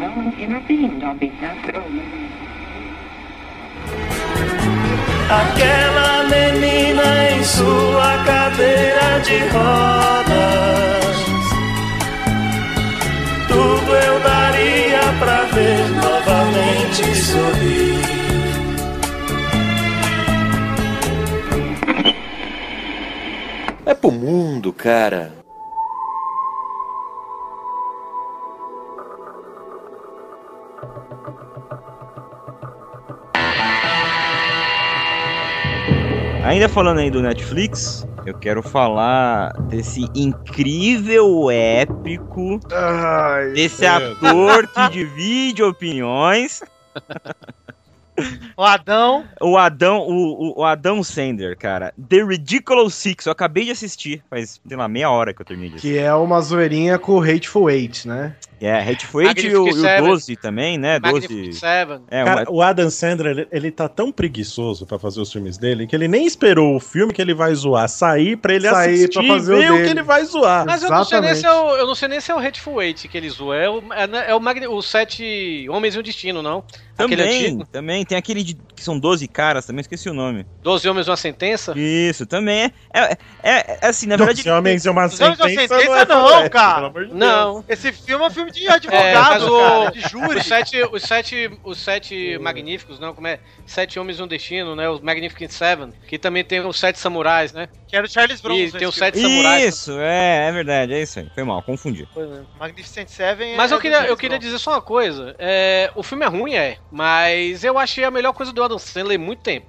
No one intervened on behalf of... Aquela menina em sua cadeira de rodas. Tudo eu daria pra ver novamente sorrir. Vai É pro mundo, cara. Ainda falando aí do Netflix, eu quero falar desse incrível épico, desse ator que divide opiniões, O Adão. o Adão, o, o- o Adão Sandler, cara. The Ridiculous Six, eu acabei de assistir, faz, sei lá, meia hora que eu terminei de assistir. Que é uma zoeirinha com o Hateful Eight, né? É, Hateful Eight e o, Magnificent e o Seven. 12 também, né? 12. É Magnificent Seven. É, uma- Cara, o Adam Sandler, ele, ele tá tão preguiçoso pra fazer os filmes dele que ele nem esperou o filme que ele vai zoar sair pra ele Sair assistir pra fazer e o ver o, que dele. ele vai zoar. Mas eu não, sei nem se é Exatamente. o, eu não sei nem se é o Hateful Eight que ele zoa. É o, é, é o, Magni- o Sete Homens e um Destino, não? Aquele também, antigo. também. Tem aquele de- que são 12 caras também, esqueci o nome. Doze Homens e uma Sentença? Isso, também é. É, é- é assim, na verdade. Doze homens e uma Doze homens e sentença, não, uma sentença é não, poético, cara. pelo amor de Deus. Não. Esse filme é um filme de É, mas advogado, o- cara, de júri. Os sete, os sete, os sete magníficos, não, como é? Sete Homens e um Destino, né? Os Magnificent Seven, que também tem os Sete Samurais, né? Que era o Charles Bronson. E tem um o esse Sete filme. Samurais. né? Isso, é, é verdade, é isso aí. Foi mal, confundi. Magnificent Seven. Mas é eu do queria, Charles eu queria Bronson. dizer só uma coisa. É, o filme é ruim, é, mas eu achei a melhor coisa do Adam Sandler em muito tempo.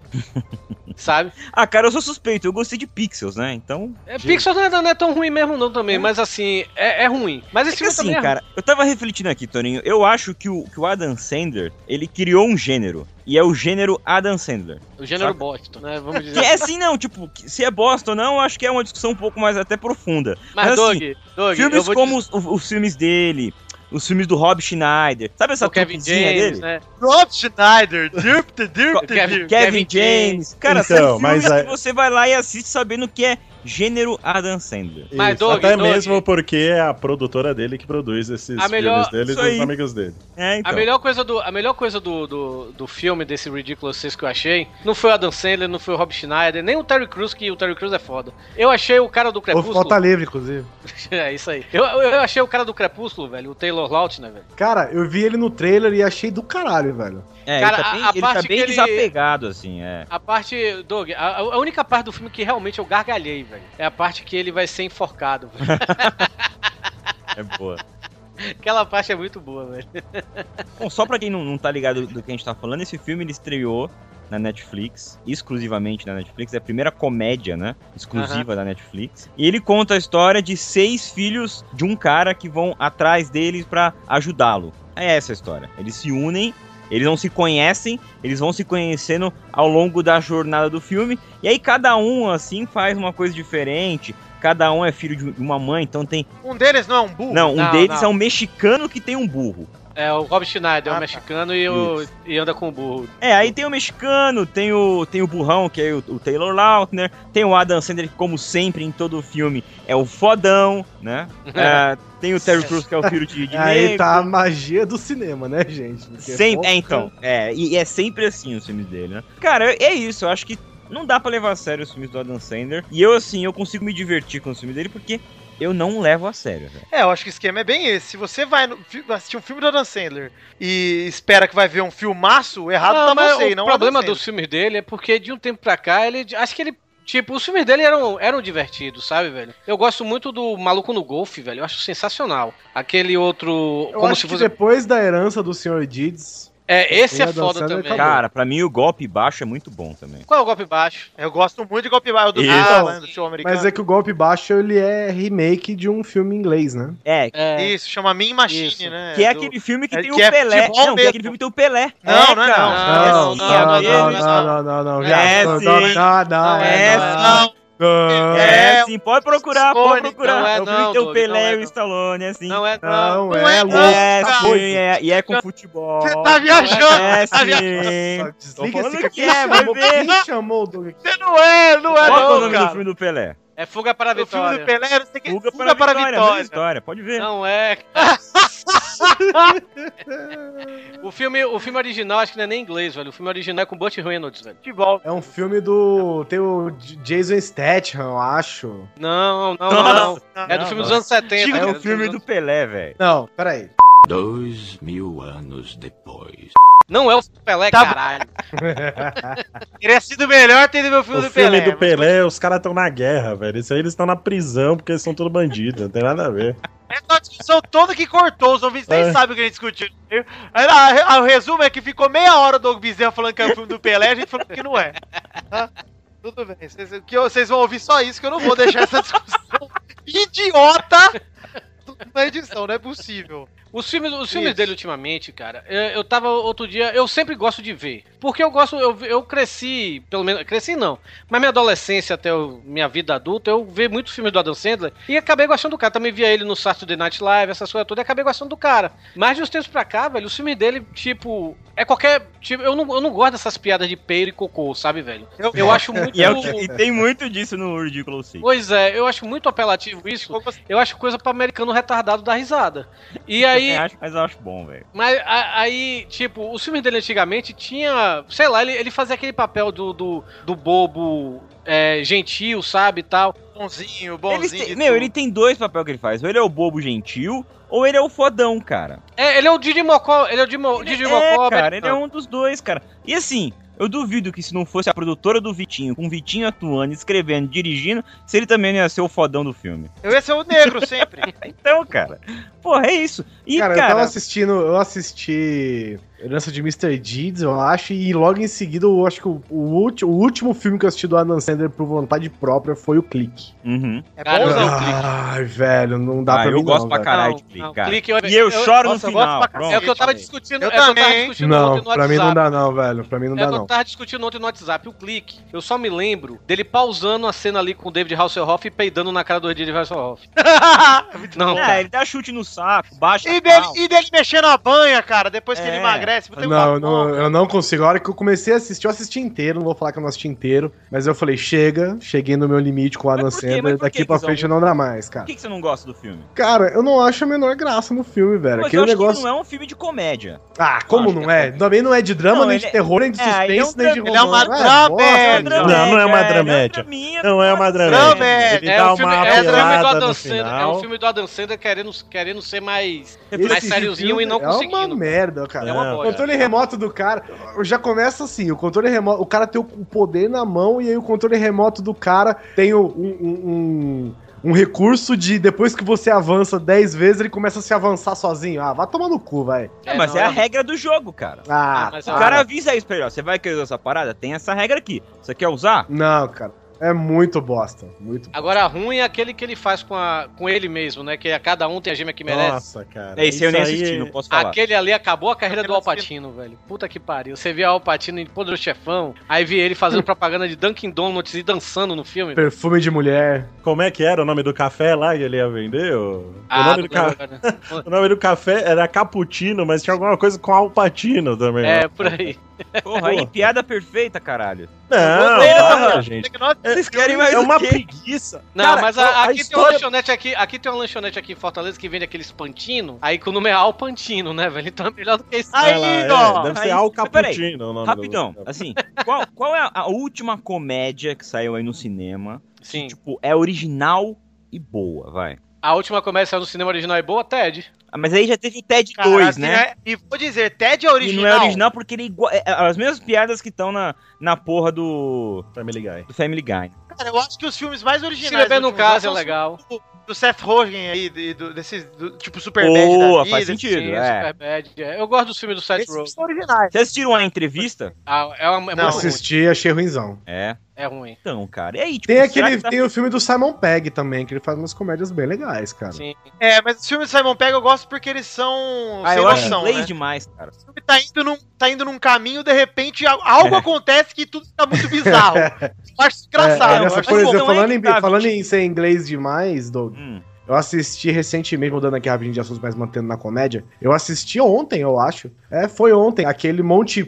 sabe? Ah, cara, eu sou suspeito, eu gostei de Pixels, né? Então. É, Pixar não é, não é tão ruim mesmo, não, também, mas assim, é, é ruim. Mas É esse que filme assim, também é cara, eu tava refletindo aqui, Toninho. Eu acho que o, que o Adam Sandler, ele criou um gênero. E é o gênero Adam Sandler. ruim. O gênero saca? Boston, né? Vamos Que dizer. é assim, não, tipo, que- se é bosta ou não, eu acho que é uma discussão um pouco mais até profunda. Mas, assim, Doug, Doug, eu filmes vou como os, os filmes dele, os filmes do Rob Schneider, sabe dizer, essa o Kevin trupezinha James, né? Rob Schneider. Dirpt, dirpt, Kevin- dirpt. Kevin, Kevin James. Cara, Então, são filmes mas que aí- você vai lá e assiste sabendo que é gênero Adam Sandler. Mas, Isso, Doug, até Doug- mesmo porque é a produtora dele que produz esses A melhor- filmes dele e Isso dos aí. amigos dele. É, então. A melhor coisa, do, a melhor coisa do, do, do filme, desse Ridiculous 6 que eu achei, não foi o Adam Sandler, não foi o Rob Schneider, nem o Terry Crews, que o Terry Crews é foda. Eu achei o cara do Ou Crepúsculo. falta livre, inclusive. É isso aí. Eu, eu eu achei o cara do Crepúsculo, velho, o Taylor Lautner, velho. Cara, eu vi ele no trailer e achei do caralho, velho. É, Cara, ele tá a- bem, a ele tá parte bem que ele- desapegado, assim, é. A parte, Doug, a, a única parte do filme que realmente eu gargalhei, velho, é a parte que ele vai ser enforcado. velho. É boa. Aquela parte é muito boa, velho. Bom, só pra quem não, não tá ligado do que a gente tá falando, esse filme ele estreou na Netflix, exclusivamente na Netflix, é a primeira comédia, né? Exclusiva da Netflix. E ele conta a história de seis filhos de um cara que vão atrás deles pra ajudá-lo. É essa a história. Eles se unem, eles não se conhecem, eles vão se conhecendo ao longo da jornada do filme. E aí cada um, assim, faz uma coisa diferente. Cada um é filho de uma mãe, então tem. Um deles não é um burro? Não, um Não, deles não. é um mexicano que tem um burro. É o Rob Schneider, é Ah, o mexicano e, o, e anda com o burro. É, aí tem o mexicano, tem o, tem o burrão, que é o, o Taylor Lautner, tem o Adam Sandler, que como sempre em todo filme é o fodão, né? É, tem o Terry Crews, que é o filho de, de Aí negro. tá a magia do cinema, né, gente? Porque Sempre, pouca- é, então. É, e é sempre assim os filmes dele, né? Cara, é isso, eu acho que não dá pra levar a sério os filmes do Adam Sandler. E eu, assim, eu consigo me divertir com os filmes dele porque eu não levo a sério, velho. É, eu acho que o esquema é bem esse. Se você vai no fi- assistir um filme do Adam Sandler e espera que vai ver um filmaço, errado Não, tá mas você, e o não problema Adam dos filmes dele é porque de um tempo pra cá, ele. Acho que ele. Tipo, os filmes dele eram, eram divertidos, sabe, velho? Eu gosto muito do Maluco no Golfe, velho. Eu acho sensacional. Aquele outro. Eu como se acho que fosse. depois da herança do Sr. Deeds, É, esse Eu é ia foda dançando, também. acabou. Cara, pra mim o golpe baixo é muito bom também. Qual é o golpe baixo? Eu gosto muito de golpe baixo do Isso. cara, né, do show americano. Então, mas é que o Golpe Baixo ele é remake de um filme inglês, né? É, É. Isso, chama Mean Machine, Isso. né? que é do- aquele filme que é tem que o é Pelé. futebol Não, que é aquele mesmo. filme que tem o Pelé. Não, não é cara. não. Não, não, sim, não, é não, mesmo. não, não, não, É, não, sim. não, não, É, não, Não, não, É, sim, pode procurar, pode Stallone, procurar. não é é o filme que não, tem o Doug, Pelé não é e o não. Stallone, é assim. Não é, não. não, não é é louco. é, cara. sim, é, e é com futebol. Você tá viajando, É, tá viajando. sim. Tô Desliga falando esse que é, vai ver. Quem chamou o Doug aqui? Você não é, não é, Qual que é o não, nome do cara. filme do Pelé? É fuga para a O filme vitória. do Pelé, não sei o que. Fuga para a Vitória, mesma história, pode ver. Não é. o, filme, o filme original acho que não é nem inglês, velho. O filme original é com Burt Reynolds, velho. Futebol. É um filme do. Tem o J- Jason Statham, eu acho. Não, não, Nossa, não. É do não, filme dos não. anos 70. É cara, o filme dos do anos- Pelé, velho. Não, peraí. Dois mil anos depois. Não é o Pelé, Tá bom. caralho. Teria sido melhor ter ido ver o filme O do filme Pelé. do mas- Pelé, os caras estão na guerra, velho. Isso aí eles estão na prisão porque eles são tudo bandidos, não tem nada a ver. Essa discussão toda que cortou, os ouvintes nem É. sabem o que a gente discutiu. Aí, ah, a- a- O resumo é que ficou meia hora o Doug Bezerra falando que é o filme do Pelé, a gente falou que não é. Tudo bem. Vocês, o que eu- vocês vão ouvir só isso, que eu não vou deixar essa discussão idiota na edição, não é possível. Os filmes, os filmes Isso. dele ultimamente, cara, eu, eu tava outro dia, eu sempre gosto de ver. Porque eu gosto, eu, eu cresci, pelo menos, cresci não, mas minha adolescência até o- minha vida adulta, eu vi muitos filmes do Adam Sandler e acabei gostando do cara. Também via ele no Saturday Night Live, essas coisas todas, e acabei gostando do cara. Mas de uns tempos pra cá, velho, os filmes dele, tipo, é qualquer. Tipo, eu não, eu não gosto dessas piadas de peiro e cocô, sabe, velho? Eu, acho muito. E, é o que- e tem muito disso no Ridiculous Six. Pois é, eu acho muito apelativo isso. Como assim? Eu acho coisa pra americano retardado dar risada. E aí. Eu acho, mas eu acho bom, velho. Mas a- aí, tipo, os filmes dele antigamente tinha. Sei lá, ele, ele fazia aquele papel do, do, do bobo é, gentil, sabe e tal. Bonzinho, Ele bonzinho. tem- de Meu, tudo. ele tem dois papéis que ele faz. Ou ele é o bobo gentil, ou ele é o fodão, cara. É, ele é o Didi Mocó. Ele é o Didi, Mo- Didi então. Mocó. é, cara, ele é americano. um dos dois, cara. E assim, eu duvido que se não fosse a produtora do Vitinho, com o Vitinho atuando, escrevendo, dirigindo, se ele também não ia ser o fodão do filme. Eu ia ser o negro sempre. Então, cara, porra, é isso. E, Cara, cara, eu tava assistindo, eu assisti Herança de Mr. Deeds, eu acho, e logo em seguida, eu acho que o, o, ulti- o último filme que eu assisti do Adam Sandler por vontade própria foi o Clique. Uhum. É Cara, bonzão. o Clique. Ai, velho, não dá Ah, pra eu mim gosto não, pra velho. caralho de Não, clique, não, cara. clique, eu- E eu, eu- choro nossa, no eu gosto final. pra pronto. É o que eu tava Gente, discutindo, eu é o que eu tava também. discutindo Não, ontem no pra mim não WhatsApp. dá não, velho, pra mim não é dá o que não. eu tava discutindo ontem no WhatsApp, o clique. Eu só me lembro dele pausando a cena ali com o David Hasselhoff e peidando na cara do David Hasselhoff. não, É, cara. ele dá chute no saco, baixa E a dele, calça. e dele mexendo a banha, cara, depois que É. ele emagrece. tem um Não, eu tapão. não, eu não consigo. A hora que eu comecei a assistir, eu assisti inteiro, não vou falar que eu não assisti inteiro, mas eu falei, chega, cheguei no meu limite com o Adam Mas por quê? Sandler, Mas por daqui quê, pra Guizão? frente não dá mais, Por cara. que, que você não gosta do filme? Cara, eu não acho a menor graça no filme, velho. Mas eu Aquele acho negócio... que não é um filme de comédia. Ah, como Acho não que um é? Também não é de drama, Não, nem ele de é- terror, nem de É, ele é um suspense, nem de drama- romance. ele é uma dramédia. bosta, Não, não é uma dramédia, dramédia. é draminha, Não é uma dramédia. Dramédia. Ele dá uma é, o filme do apelada Adam no Sandler, é um final. filme do Adam Sandler querendo, querendo ser mais. Esse mais sériozinho filme e não É conseguindo. uma merda, cara. É uma Não, O bosta. controle remoto do cara. Já começa assim: o controle remoto. O cara tem o poder na mão, e aí o controle remoto do cara tem o- um. um- um- um recurso de depois que você avança 10 vezes, ele começa a se avançar sozinho. Ah, vai tomar no cu, vai. É, mas não, é a regra do jogo, cara. Ah, Ah, mas O tá. é uma- para. cara avisa isso pra ele, ó. Você vai querer usar essa parada? Tem essa regra aqui. Você quer usar? Não, cara. É muito bosta. Muito Agora, ruim é aquele que ele faz com, a, com ele mesmo, né? Que a cada um tem a gêmea que merece. Nossa, cara. É isso, aí eu nem assisti, aí- não posso falar. Aquele ali acabou a carreira do Aquele Alpatino, velho. Puta que pariu. Você via Alpatino em Poderoso Chefão, aí via ele fazendo propaganda de Dunkin' Donuts e dançando no filme. Perfume de mulher. Como é que era o nome do café lá que ele ia vender? O, o, Ah, nome, do não ca... lembro Ah, agora. o nome do café era Cappuccino, mas tinha alguma coisa com Alpatino também. né? É, ó. por aí. Porra, aí, Porra. piada perfeita, caralho. Não, Gostei dessa para, frase. gente. Vocês querem mais é o uma quê? preguiça. Não, Cara, mas a- um- aqui, tem uma lanchonete aqui, aqui tem uma lanchonete aqui em Fortaleza que vende aqueles pantino, aí que o nome é Alpantino, né, velho? Então é melhor do que isso. Vai Aí, lá, ó. é, deve Aí, ser Al mas peraí, Cappuccino o nome do- Rapidão, assim, qual, qual é a- a última comédia que saiu aí no cinema? Sim. Tipo, é original e boa, vai. A última comédia saiu no cinema original é boa, Ted. Ah, Mas aí já teve Ted Cara, 2, assim, né? é- E vou dizer, Ted é E original. não é original porque ele é igual. é- é as mesmas piadas que estão na, na porra do, Family Guy. do Family Guy. Cara, eu acho que os filmes mais Se originais. beber dos no últimos anos caso é são legal. Do Seth Rogen aí, de- do, desses, do- tipo Superman. Boa, da faz vida. sentido. Sim, é. Superbad, é. Eu gosto dos filmes do Seth Esses Rogen. são originais. Vocês assistiram a entrevista? Ah, é, uma, é Não, muito ruim. assisti, achei ruinzão. É. É ruim. Então, cara. E aí, tipo, Tem, será aquele, que tá- tem o filme do Simon Pegg também, que ele faz umas comédias bem legais, cara. Sim. É, mas os filmes do Simon Pegg eu gosto porque eles são Ah, sem eu acho noção, inglês né? demais, cara. O filme tá indo, num, tá indo num caminho, de repente al- algo É. acontece que tudo fica Ah, muito bizarro. eu acho engraçado. É, é, eu nessa- acho que- por exemplo, então é falando, que em, tá, falando Vitinho. em ser inglês demais, Doug, Hum. eu assisti recentemente, mudando aqui rapidinho de assuntos, mas mantendo na comédia. Eu assisti ontem, eu acho. É, foi ontem. Aquele Monty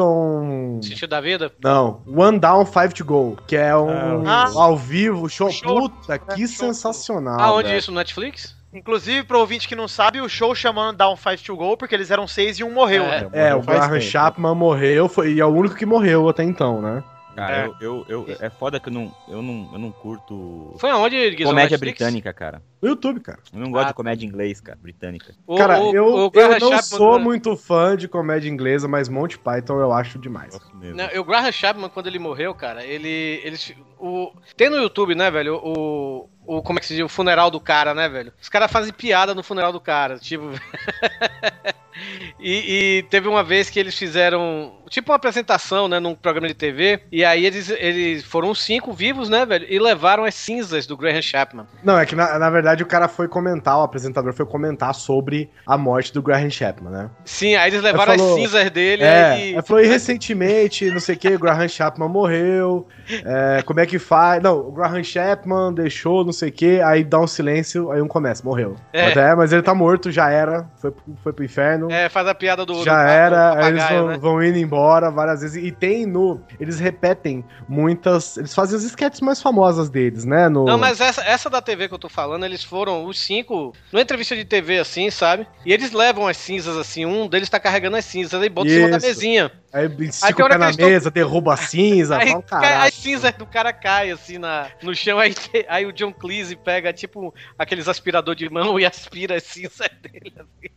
Python. Sentido da vida? Não, One Down, Five to Go, que é um Ah, o- ao vivo, show. Show. Puta, que É, show. Ah, sensacional. Aonde velho. tá isso? No Netflix? Inclusive, pro ouvinte que não sabe, o show chamando Down Five to Go, porque eles eram seis e um morreu. É. né? É, o Faz Graham tempo. Chapman morreu, foi, e é o único que morreu até então, né? Cara, É. eu, eu, eu- É foda que eu não, eu não, eu não curto. Foi aonde, Guizão? comédia Netflix? britânica, cara. No YouTube, cara. Eu não gosto Ah, de comédia inglês, cara. Britânica. O- Cara, o- eu, o eu Graham não Chapman- sou muito fã de comédia inglesa, mas Monty Python eu acho demais. Gosto mesmo. Não, o Graham Chapman, quando ele morreu, cara, ele. ele o, tem no YouTube, né, velho? O, o. Como é que se diz? O funeral do cara, né, velho? Os caras fazem piada no funeral do cara. Tipo. e, e teve uma vez que eles fizeram. tipo uma apresentação, né, num programa de TV. E aí eles, eles foram os cinco vivos, né, velho, e levaram as cinzas do Graham Chapman. Não, é que na, na verdade o cara foi comentar, o apresentador foi comentar sobre a morte do Graham Chapman, né? Sim, aí eles levaram falou- as cinzas dele é, aí- ela falou, e recentemente, não sei o que, o Graham Chapman morreu, é, como é que faz? Não, o Graham Chapman deixou, não sei o que, aí dá um silêncio, aí um começa, morreu. É. Mas, é, mas ele tá morto, já era, foi, pro- foi pro inferno. É, faz a piada do. Já do- do era, aí eles papagaio, vão, né? vão indo embora várias vezes. E tem no. Eles repetem muitas. Eles fazem as sketches mais famosas deles, né? No, Não, mas essa, essa da TV que eu tô falando, eles foram os cinco, numa entrevista de TV assim, sabe? E eles levam as cinzas assim, um deles tá carregando as cinzas, aí bota em cima da Isso. mesinha. aí estica tem o hora pé que na eles tão- mesa, derruba a cinza, um Aí tá, fala, cai- caralho. as cinzas do cara caem assim na, no chão, aí, te- aí o John Cleese pega tipo aqueles aspirador de mão e aspira as cinzas dele. assim.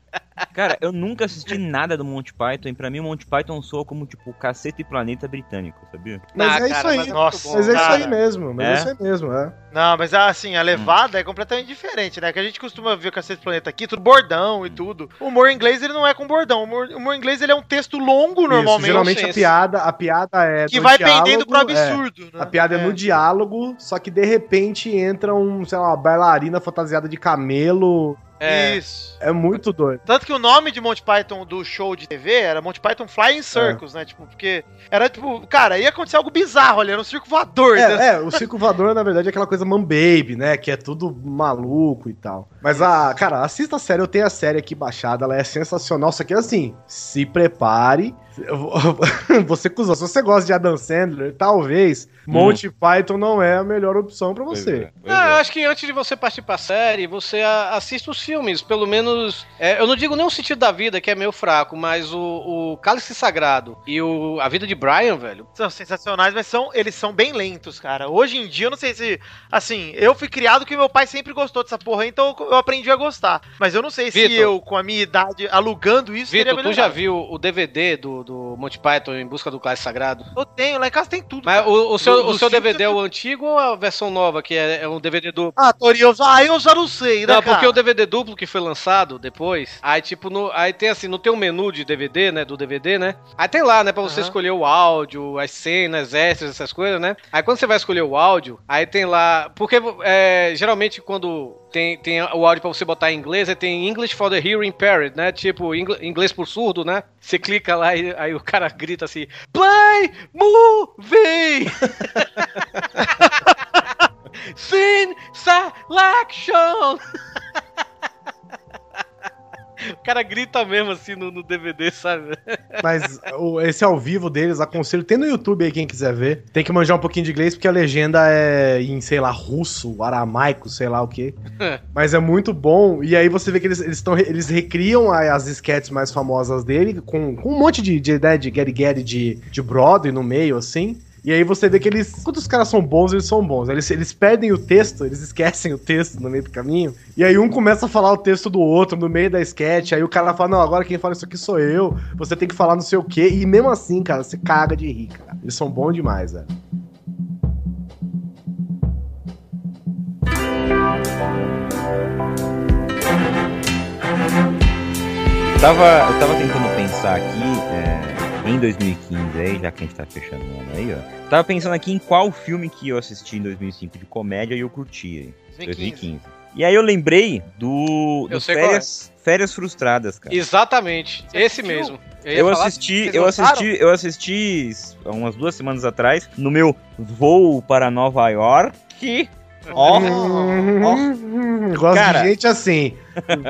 Cara, eu nunca assisti nada do Monty Python e pra mim o Monty Python soa como tipo o cacete e planeta britânico, sabia? Mas Ah, é isso cara, aí. mas Mas, é Nossa, muito bom. é isso cara. aí mesmo, mas é, É? isso aí mesmo, é. Não, mas assim, a levada é completamente diferente, né? Que a gente costuma ver o Cacete do Planeta aqui, tudo bordão e Hum. tudo. O humor inglês, ele não é com bordão. O humor, o humor inglês, ele é um texto longo, Isso, normalmente. geralmente a isso. piada, a piada é. é que no vai diálogo, pendendo pro é. absurdo, né? A piada é. no diálogo, só que de repente entra um, sei lá, uma bailarina fantasiada de camelo. É. Isso. É muito doido. Tanto que o nome de Monty Python do show de TV era Monty Python É. Flying Circus, né? Tipo, porque era tipo, cara, ia acontecer algo bizarro ali, era um circo voador, né? É, é, o Circo Voador, na verdade, é aquela coisa man-baby, né? Que é tudo maluco e tal. Mas, a, cara, assista a série. Eu tenho a série aqui baixada, ela é sensacional. Só que, assim, se prepare. Eu vou- Você cuzão, se você gosta de Adam Sandler, talvez Monty Python não é a melhor opção pra você. Ah, eu acho que antes de você partir pra série, você a- assiste os filmes, pelo menos. é, eu não digo nem o sentido da vida, que é meio fraco, mas o, o Cálice Sagrado e o A Vida de Brian, velho. São sensacionais, mas são, eles são bem lentos, cara. Hoje em dia, eu não sei se. Assim, eu fui criado que meu pai sempre gostou dessa porra, então eu aprendi a gostar. Mas eu não sei se Vitor. eu, com a minha idade, alugando isso, Vitor, tu já melhorado. viu o DVD do, do Monty Python em busca do Cálice Sagrado? Eu tenho, lá em casa tem tudo. Mas o, o seu, Do- o do seu Simpsons DVD é o antigo ou a versão nova, que é, é um DVD duplo? Ah, Tori, eu já, aí eu já não sei, né? Não, porque cara? o DVD duplo que foi lançado depois, aí tipo, no, aí tem assim, não tem um menu de DVD, né, do DVD, né? Aí tem lá, né, pra você Aham. escolher o áudio, as cenas, extras, essas coisas, né? Aí quando você vai escolher o áudio, aí tem lá, porque é, geralmente quando tem, tem o áudio pra você botar em inglês, aí tem English for the Hearing Impaired, né? Tipo, ingl- inglês por surdo, né? Você clica lá e aí o cara grita assim, Play Movie! Sin Selection! o cara grita mesmo assim no, no DVD, sabe? Mas o- esse ao vivo deles, aconselho. Tem no YouTube aí quem quiser ver. Tem que manjar um pouquinho de inglês, porque a legenda é em, sei lá, russo, aramaico, sei lá o quê. Mas é muito bom. E aí você vê que eles, eles, tão, re- eles recriam a- as sketches mais famosas dele, com, com um monte de, de ideia de Gary Gary de, de Broadway no meio, assim. E aí você vê que eles. Quando os caras são bons, eles são bons. Eles, eles perdem o texto, eles esquecem o texto no meio do caminho. E aí um começa a falar o texto do outro no meio da sketch. Aí o cara fala, não, agora quem fala isso aqui sou eu. Você tem que falar não sei o quê. E mesmo assim, cara, você caga de rir, cara. Eles são bons demais, velho. Eu tava, eu tava tentando pensar aqui, é, em 2015 aí, já que a gente tá fechando o ano aí, ó. Tava pensando aqui em qual filme que eu assisti em 2005 de comédia e eu curti, em 2015. E aí eu lembrei do, Eu do sei qual é. férias, férias Frustradas, cara. Exatamente, esse assistiu? mesmo. ia Eu falar- assisti, vocês eu lançaram? assisti, eu assisti s- há umas duas semanas atrás, no meu voo para Nova York. Ó, ó. Hum, gosto Cara. de gente assim.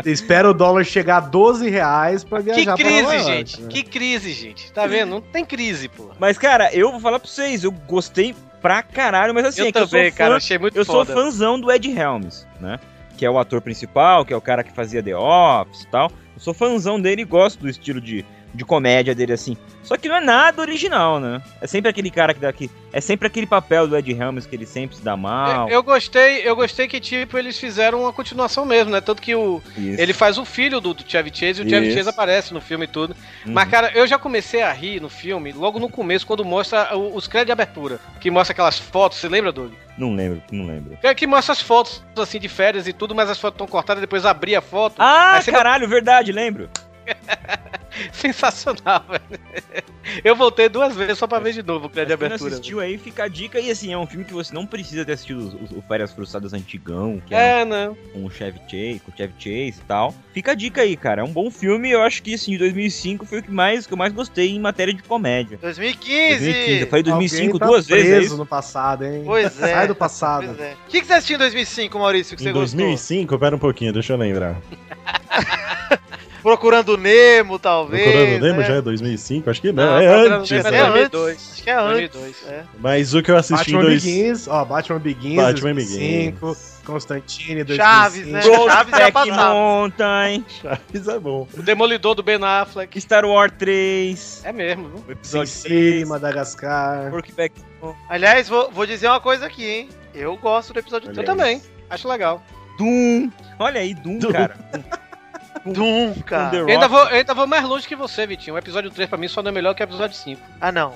Espera o dólar chegar a 12 reais pra Que viajar pra Nova crise, York, gente. né? Que crise, gente. Tá vendo? Não tem crise, pô. Mas, cara, eu vou falar pra vocês, eu gostei pra caralho, mas assim, eu é que também, eu sou cara. fã, Achei muito eu sou foda. fãzão do Ed Helms, né? Que é o ator principal, que é o cara que fazia The Office e tal. Eu sou fãzão dele e gosto do estilo de, de comédia dele, assim. Só que não é nada original, né? É sempre aquele cara que daqui. É sempre aquele papel do Ed Helms que ele sempre se dá mal. Eu gostei, eu gostei que, tipo, eles fizeram uma continuação mesmo, né? Tanto que o, Isso. ele faz o filho do, do Chevy Chase e o Chevy Isso. Chase aparece no filme e tudo. Uhum. Mas, cara, eu já comecei a rir no filme logo no começo, quando mostra o- os créditos de abertura. Que mostra aquelas fotos, você lembra, Doug? Não lembro, não lembro. É Que, que mostra as fotos, assim, de férias e tudo, mas as fotos estão cortadas, depois abri a foto. Ah, Aí você- caralho, verdade, lembro. Sensacional, velho. Eu voltei duas vezes só pra ver de novo o crédito de Quem É não abertura. né? assistiu aí, fica a dica. E assim, é um filme que você não precisa ter assistido os- os- o Férias Frustradas antigão, que é É, não. com o Chevy Chase, com o Chevy Chase e tal. Fica a dica aí, cara. É um bom filme. Eu acho que, assim, de 2005 foi o que, mais, que eu mais gostei em matéria de comédia. 2015! 2015. Eu falei 2005 Alguém tá duas vezes. é preso isso? no passado, hein? Pois é. Sai do passado. Pois é. O que, que você assistiu em 2005, Maurício, que Em você 2005, pera um pouquinho, deixa eu lembrar. gostou? Procurando Nemo, talvez. Procurando Nemo né? já é 2005? Acho que não, Não, é tá Procurando antes. Nemo Acho que né? é já antes. 2002. Acho que é antes. 2002. É. Mas o que eu assisti Batman em dois... Begins, ó, Batman Begins, Batman 2005, Constantine, 2005. Chaves, né? Chaves já Black passava. Mountain, Isso é bom. O Demolidor do Ben Affleck. Star Wars 3, É mesmo, viu? o Sin episódio City, 3, Madagascar. Brokeback Aliás, vou, vou dizer uma coisa aqui, hein? Eu gosto do episódio Olha Eu aí. 3. também. Acho legal. Doom. Olha aí, Doom, Doom. cara. Doom, cara. Thunder Eu ainda, é Rock. vou, eu ainda vou mais longe que você, Vitinho. O episódio 3 pra mim só não é melhor que o episódio 5. Ah, não.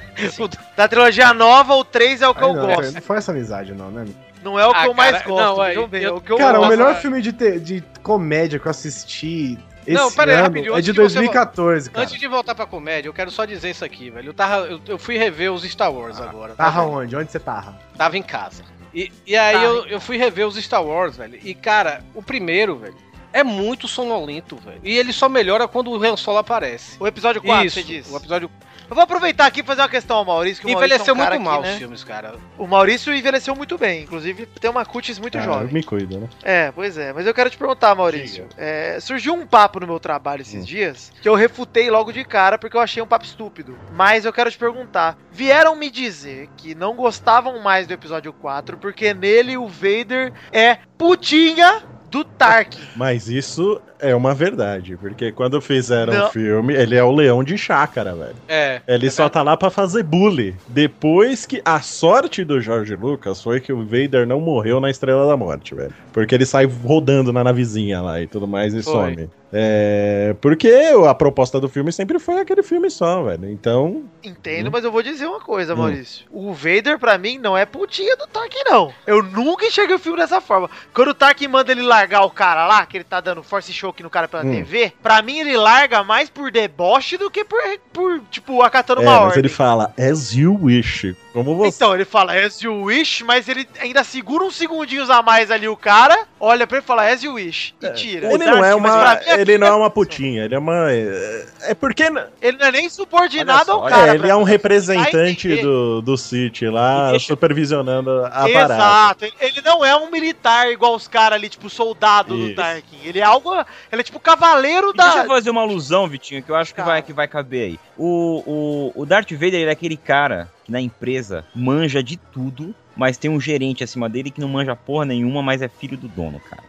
Da trilogia nova, o 3 é o que eu Ai, não, gosto. Não faz essa amizade, não, né? Não é o que Ah, eu mais cara, gosto. não, aí, vejam bem, eu- é o que eu Cara, gosto. o melhor cara. filme de, te- de comédia que eu assisti esse Não, pera aí, ano rapidinho, é antes de de você- 2014, cara. Antes de voltar pra comédia, eu quero só dizer isso aqui, velho. Eu, tava, eu, eu fui rever os Star Wars Ah, agora. Tarra Tava, onde? Onde você tarra? tava em casa. E, e aí Tava eu, eu fui rever os Star Wars, velho. E, cara, o primeiro, velho, é muito sonolento, velho. E ele só melhora quando o Han Solo aparece. O episódio 4, Isso, você disse. O episódio Eu vou aproveitar aqui e fazer uma questão ao Maurício. Que o Maurício envelheceu é um cara muito mal que, os né, filmes, cara. O Maurício envelheceu muito bem. Inclusive, tem uma cutis muito Cara, jovem. Ah, eu me cuido, né? É, pois é. Mas eu quero te perguntar, Maurício. é, surgiu um papo no meu trabalho esses Hum. dias que eu refutei logo de cara porque eu achei um papo estúpido. Mas eu quero te perguntar. Vieram me dizer que não gostavam mais do episódio 4 porque nele o Vader é putinha do Tark. Mas isso é uma verdade, porque quando fizeram o Não. filme, ele é o leão de chácara, velho. É. Ele só tá lá pra fazer bully. Depois que a sorte do George Lucas foi que o Vader não morreu na Estrela da Morte, velho. Porque ele sai rodando na navezinha lá e tudo mais e Foi. some. É, porque a proposta do filme sempre foi aquele filme só, velho. Então, Entendo, Hum. mas eu vou dizer uma coisa, Hum. Maurício. O Vader, pra mim, não é putinha do Tarkin, não. Eu nunca enxerguei o filme dessa forma. Quando o Tarkin manda ele largar o cara lá, que ele tá dando force choke no cara pela Hum. TV, pra mim ele larga mais por deboche do que por, por tipo, acatando é, uma mas ordem. ele fala, as you wish. Como você. Então, ele fala as you wish, mas ele ainda segura uns segundinhos a mais ali o cara, olha pra ele e fala as you wish, e tira. Ele não, é Mas uma, pra mim, ele não é uma putinha, ele é uma. É é porque Ele não é nem subordinado Olha só, ao olha, cara. é, ele pra é um mim. representante entender. do, do City lá, E deixa- supervisionando a parada. Exato, ele- ele não é um militar igual os caras ali, tipo, soldado Isso. do Tarkin. Ele é algo. Ele é tipo cavaleiro E Deixa eu da. fazer uma alusão, Vitinho, que eu acho que Cara. vai, que vai caber aí. O, o, o Darth Vader ele é aquele cara que na empresa manja de tudo, mas tem um gerente acima dele que não manja porra nenhuma, mas é filho do dono, cara.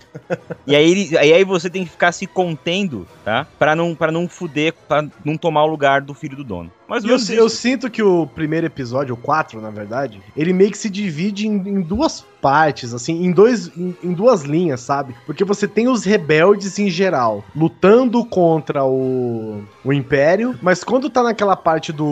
E aí, ele- aí aí você tem que ficar se contendo, tá? Pra não, pra não fuder, pra não tomar o lugar do filho do dono. Mas E Eu, si- eu sinto que o primeiro episódio, o 4, na verdade, ele meio que se divide em, em duas partes, assim, em, dois, em, em duas linhas, sabe? Porque você tem os rebeldes em geral, lutando contra o, o Império, mas quando tá naquela parte do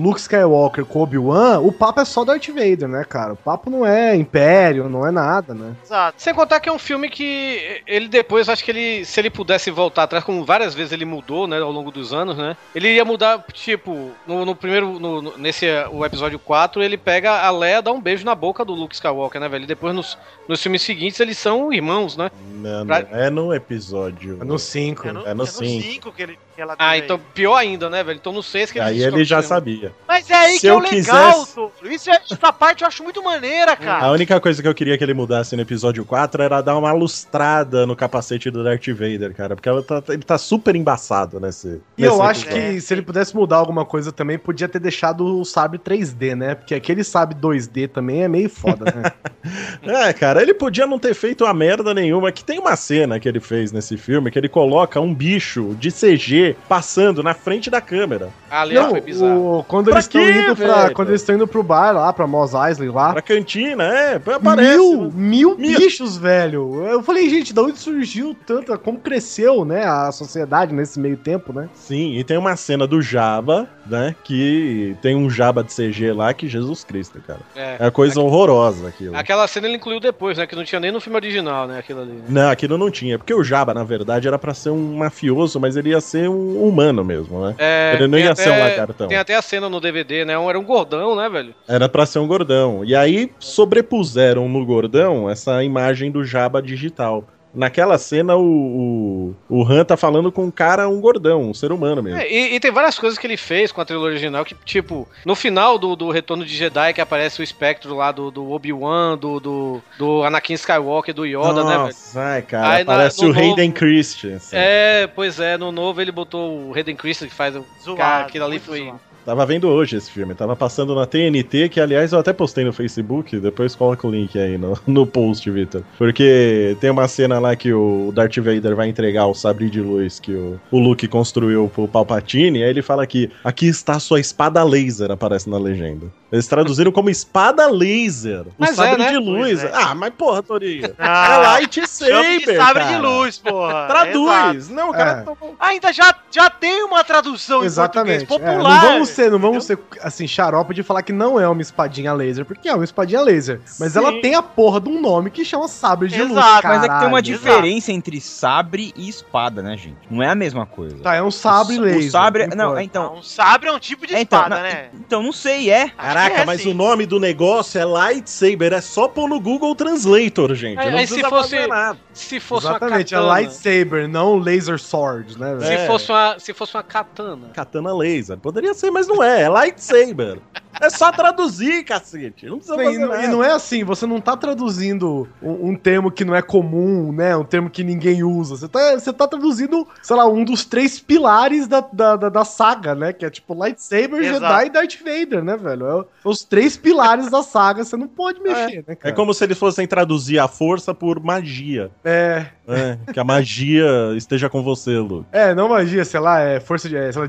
Luke Skywalker com Obi-Wan, o papo é só Darth Vader, né, cara? O papo não é Império, não é nada, né? Exato. Sem contar que é um filme que ele depois, acho que ele, se ele pudesse voltar atrás, como várias vezes ele mudou, né, ao longo dos anos, né? Ele iria mudar, tipo, no, no primeiro, no, no- nesse eh, o episódio 4, ele pega a Leia, dá um beijo na boca do Luke Skywalker, né, velho? E depois nos, nos filmes seguintes eles são irmãos, né? Não, não, Pra- é no episódio. No 5. É no, É no cinco. 5 que ele. que ela Ah, teve então aí. pior ainda, né, velho? Então não sei se Aí ele já sabia. Mas é aí se que é o eu legal, quisesse- Tolo. Isso é, essa parte eu acho muito maneira, cara. A única coisa que eu queria que ele mudasse no episódio 4 era dar uma lustrada no capacete do Darth Vader, cara. Porque ela tá- ele tá super embaçado nesse. E eu nesse acho episódio. que se ele pudesse mudar alguma coisa também, podia ter deixado o sabre 3D, né? Porque aquele sabre 2D também é meio foda, né? É, cara, ele podia não ter feito a merda nenhuma. Que tem uma cena que ele fez nesse filme que ele coloca um bicho de CG passando na frente da câmera. Ali Não, foi bizarro. o- quando Pra eles estão quê, indo pra, velho? quando eles estão indo pro bar lá, pra Mos Eisley lá, Pra cantina, é, aparece. mil, mil Mil. bichos, velho. Eu falei, gente, da onde surgiu tanta, como cresceu, né, a sociedade nesse meio tempo, né? Sim, e tem uma cena do Java, né? Que tem um Java de CG lá que Jesus Cristo, cara. É. É uma coisa horrorosa aquilo. Aquela cena cena ele incluiu depois, né? Que não tinha nem no filme original, né? Aquilo ali. né? Não, aquilo não tinha. Porque o Jabba, na verdade, era pra ser um mafioso, mas ele ia ser um humano mesmo, né? É, Ele não tem ia ser um lagartão. Tem até a cena no DVD, né? Um, era um gordão, né, velho? Era pra ser um gordão. E aí sobrepuseram no gordão essa imagem do Jabba digital. Naquela cena, o, o, o Han tá falando com um cara, um gordão, um ser humano mesmo. É, e, e tem várias coisas que ele fez com a trilogia original que, tipo, no final do, do Retorno de Jedi, que aparece o espectro lá do, do Obi-Wan, do, do, do Anakin Skywalker, do Yoda, né, velho? Nossa, ai, cara, Aí na- parece no o Hayden novo- Christensen. É, pois é, no novo ele botou o Hayden Christensen que faz o Zoado, cara, aquilo ali muito foi zoado. Tava vendo hoje esse filme, tava passando na TNT, que aliás eu até postei no Facebook, depois coloca o link aí no, no post, Vitor. Porque tem uma cena lá que o Darth Vader vai entregar o sabre de luz que o, o Luke construiu pro Palpatine, aí ele fala que aqui está a sua espada laser, aparece na legenda. Eles traduziram como espada laser, o Mas é, sabre né? de Pois luz. é. Ah, mas porra, Torinho. é Ah, chama lightsaber, de sabre de cara. luz, porra. Exato. Ah, Traduz. Não, o cara um- É. tomou... Ainda já, já tem uma tradução Exatamente. em é, português não popular. vamos ser, não vamos ser assim, xarope de falar que não é uma espadinha laser, porque é uma espadinha laser. Mas Sim. ela tem a porra de um nome que chama sabre de luz. Exato, Mas é que tem uma caralho. diferença entre sabre e espada, né, gente? Não é a mesma coisa. Tá, é um sabre o, laser. O sabre. não Não, importa. então. Um sabre é um tipo de é, então, espada, não, né? então, não sei, é. Caraca, É, mas assim. o sim. nome do negócio é lightsaber, é só pôr no Google Translator, gente. É, Aí- É, não aí se precisa fosse- fazer nada. Se fosse Exatamente, é uma katana. lightsaber, não laser sword, né? velho? se, É. fosse uma, se fosse uma katana. Katana laser. Poderia ser, mas não é. É lightsaber. é só traduzir, cacete. Não precisa E, fazer não- nada. e não é assim, você não tá traduzindo um, um termo que não é comum, né? Um termo que ninguém usa. Você tá, você tá traduzindo, sei lá, um dos três pilares da, da, da, da saga, né? Que é tipo lightsaber, Exato. Jedi e Darth Vader, né, velho? É o- os três pilares da saga, você não pode mexer, né, É cara? como se eles fossem traduzir a força por magia. É, né? que a magia esteja com você, Lu. é, não magia, sei lá, é força de, é, sei lá,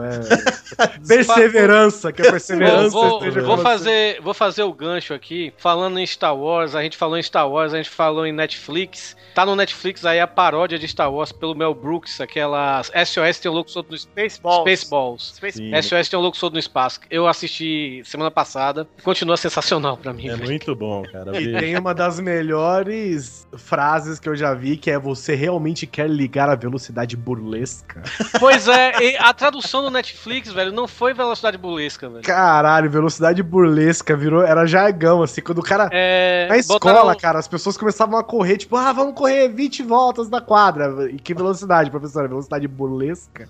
é... perseverança, que é perseverança. Vou, vou, esteja vou com você. fazer, vou fazer o gancho aqui, falando em Star Wars, a gente falou em Star Wars, a gente falou em Netflix. Tá no Netflix aí a paródia de Star Wars pelo Mel Brooks, aquela SOS tem um louco solto no espaço. Spaceballs. Spaceballs. Space- Sim. SOS tem um louco solto no espaço. Eu assisti semana passada. Continua sensacional pra mim. É velho. muito bom, cara. E ver. tem uma das melhores frases que eu já vi, que é você realmente quer ligar a velocidade burlesca? Pois é, e a tradução do Netflix, velho, não foi velocidade bulesca, velho. Caralho, velocidade burlesca virou era jargão assim, quando o cara É, na escola, botaram- cara, as pessoas começavam a correr, tipo, ah, vamos correr 20 voltas na quadra. E que velocidade, professora? Velocidade burlesca?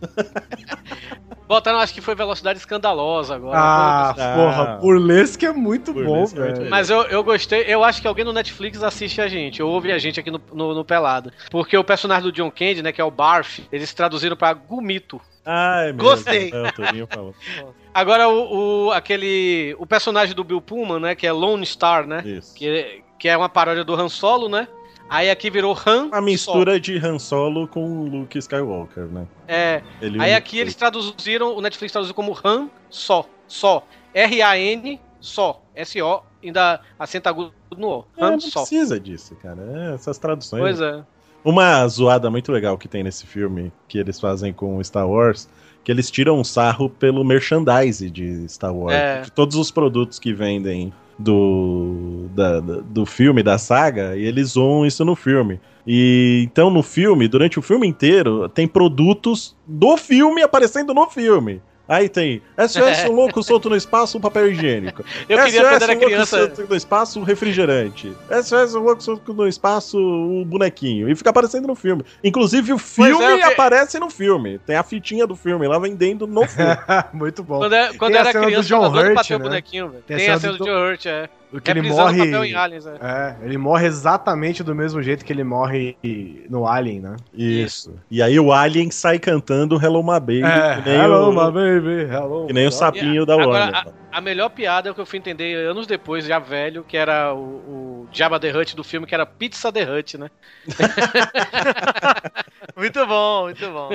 Botaram, acho que foi velocidade escandalosa agora. ah, tá. porra, burlesca é muito Burlesca bom, é muito velho. assim. Mas eu, eu gostei, eu acho que alguém no Netflix assiste a gente, ou ouve a gente aqui no, no, no Pelada. Porque o personagem do John Candy, né, que é o Barf, eles traduziram pra Gumito. Ai, meu Gostei. Deus, é, o Torinho falou. Agora, o, o- aquele. O personagem do Bill Pullman, né, que é Lone Star, né? Isso. Que, que é uma paródia do Han Solo, né? Aí aqui virou Han. Uma mistura de Han Solo com Luke Skywalker, né? Solo. É. Ele Aí aqui eles traduziram, o Netflix traduziu como Han só. Só. R-A-N só. S-O. Ainda acenta agudo no O. É, Han não só. precisa disso, cara. É, essas traduções. Pois é. Uma zoada muito legal que tem nesse filme, que eles fazem com Star Wars, que eles tiram um sarro pelo merchandise de Star Wars. É. Que Todos os produtos que vendem do, da- da- do filme, da saga, e eles zoam isso no filme. E então no filme, durante o filme inteiro, tem produtos do filme aparecendo no filme. Aí tem SOS um louco solto no espaço, um papel higiênico. Eu queria SOS quando era Louco criança. Solto no espaço, um refrigerante. é SOS Louco Solto no espaço, um bonequinho. E fica aparecendo no filme. Inclusive, o filme é, eu que- aparece no filme. Tem a fitinha do filme lá vendendo no filme. muito bom. Quando, é- quando Tem a era cena do criança, John eu adoro Hurt, bater o né? bonequinho, velho. Tem Tem, a a cena cena do do John Hurt, é. O que ele Reprisando morre. papel em Aliens, é. É, ele morre exatamente do mesmo jeito que ele morre no Alien, né? Isso. E aí o Alien sai cantando Hello My Baby. É, que nem, o, É, baby, hello. que nem o sapinho da Agora, Warner. A melhor piada é o que eu fui entender anos depois, já velho, que era o, o Jabba the Hutt do filme, que era Pizza the Hutt, né? Muito bom, muito bom.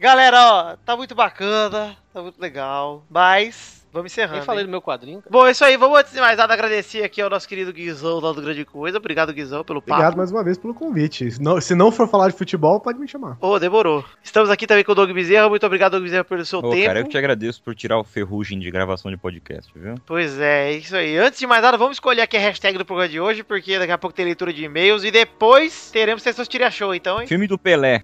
Galera, ó, tá muito bacana, tá muito legal, mas Vamos encerrando. Nem falei hein? do meu quadrinho. cara. Bom, é isso aí. Vamos antes de mais nada agradecer aqui ao nosso querido Guizão lá do Grande Coisa. Obrigado, Guizão, pelo papo. Obrigado mais uma vez pelo convite. Se não, se não for falar de futebol, pode me chamar. Ô, demorou. Estamos aqui também com o Doug Bezerra. Muito obrigado, Doug Bezerra, pelo seu Ô, tempo. cara, eu te agradeço por tirar o ferrugem de gravação de podcast, viu? Pois é, é isso aí. Antes de mais nada, vamos escolher aqui a hashtag do programa de hoje, porque daqui a pouco tem leitura de e-mails e depois teremos sessões tiria show, então, hein? Filme do Pelé.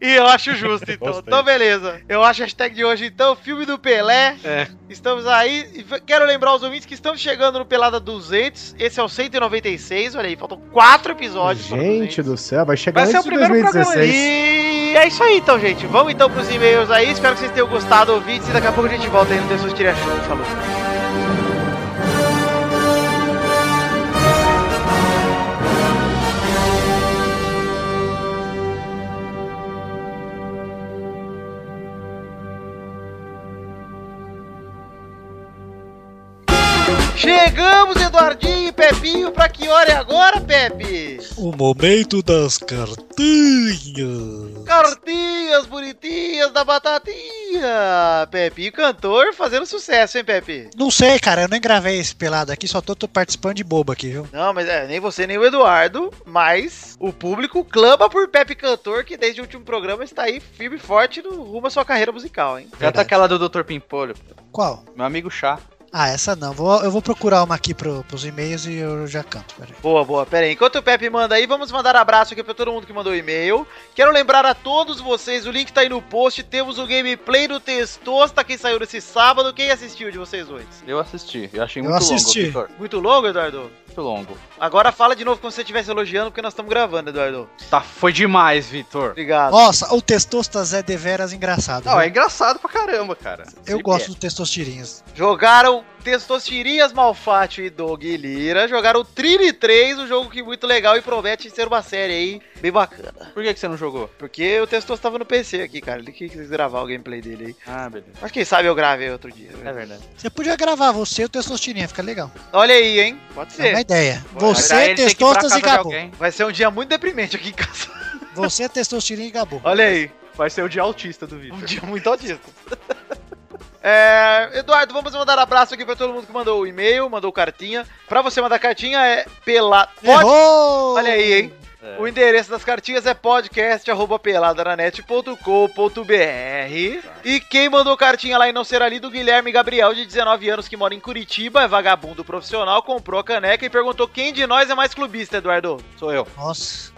e eu acho justo, então. Gostei. Então, beleza. Eu acho a hashtag de hoje, então, filme do Pelé. É. Estamos aí. E v- Quero lembrar aos ouvintes que estamos chegando no Pelada 200. Esse é o 196, olha aí, faltam quatro episódios. para Gente 200. do céu, vai chegar Vai ser antes o de primeiro programa 2016. E é isso aí, então, gente. Vamos, então, pros e-mails aí. Espero que vocês tenham gostado, ouvintes. E daqui a pouco a gente volta aí no Sessões tiria show. Falou. Chegamos, Eduardinho e Pepinho, pra que hora é agora, Pepe? O momento das cartinhas. Cartinhas bonitinhas da batatinha! Pepe, cantor fazendo sucesso, hein, Pepe? Não sei, cara, eu nem gravei esse pelado aqui, só tô, tô participando de boba aqui, viu? Não, mas é, nem você nem o Eduardo, mas o público clama por Pepe Cantor, que desde o último programa está aí firme e forte no rumo à sua carreira musical, hein? Verdade. Canta aquela do Dr. Pimpolho, Qual? tá meu amigo chá. Ah, essa não. Vou, eu vou procurar uma aqui pro, pros e-mails e eu já canto. Peraí. Boa, boa. Pera aí. Enquanto o Pepe manda aí, vamos mandar abraço aqui pra todo mundo que mandou e-mail. Quero lembrar a todos vocês, o link tá aí no post. Temos o gameplay do Testosta que saiu nesse sábado. Quem assistiu de vocês hoje? Eu assisti, eu achei Eu muito assisti. longo, Vitor. Muito longo, Eduardo? Muito longo. Agora fala de novo como se você estivesse elogiando, porque nós estamos gravando, Eduardo. Tá, foi demais, Vitor. Obrigado. Nossa, o Testostas é deveras engraçado. Não, viu? é engraçado pra caramba, cara. eu Sempre gosto é. do Testostirinhas. Jogaram Testostirias, Malfátio e Doug e Lira. Jogaram o Trini 3, um jogo que é muito legal e promete ser uma série aí bem bacana. Por que, que você não jogou? Porque o Testosta tava no PC aqui, cara. Ele que quis gravar o gameplay dele aí. Ah, beleza. Mas quem sabe eu gravei outro dia. né? É verdade. Você podia gravar você e o Testostirinha, fica legal. Olha aí, hein? Pode É uma ser. ideia. Aí Você, ele tem que ir é pra Testostas casa e de Gabu. alguém. Vai ser um dia muito deprimente aqui em casa. Você, Testostirinha e Gabu. Olha aí. Vai ser o de autista do Um Vitor. dia muito autista. É, Eduardo, vamos mandar abraço aqui pra todo mundo que mandou o e-mail, mandou cartinha. Pra você mandar cartinha é pela. Pod... Errou! Olha aí, hein? O endereço das cartinhas é podcast.peladananet.com.br. E quem mandou cartinha lá e não ser ali do Guilherme Gabriel, de 19 anos, que mora em Curitiba, é vagabundo profissional, comprou a caneca e perguntou quem de nós é mais clubista, Eduardo. Sou eu. Nossa.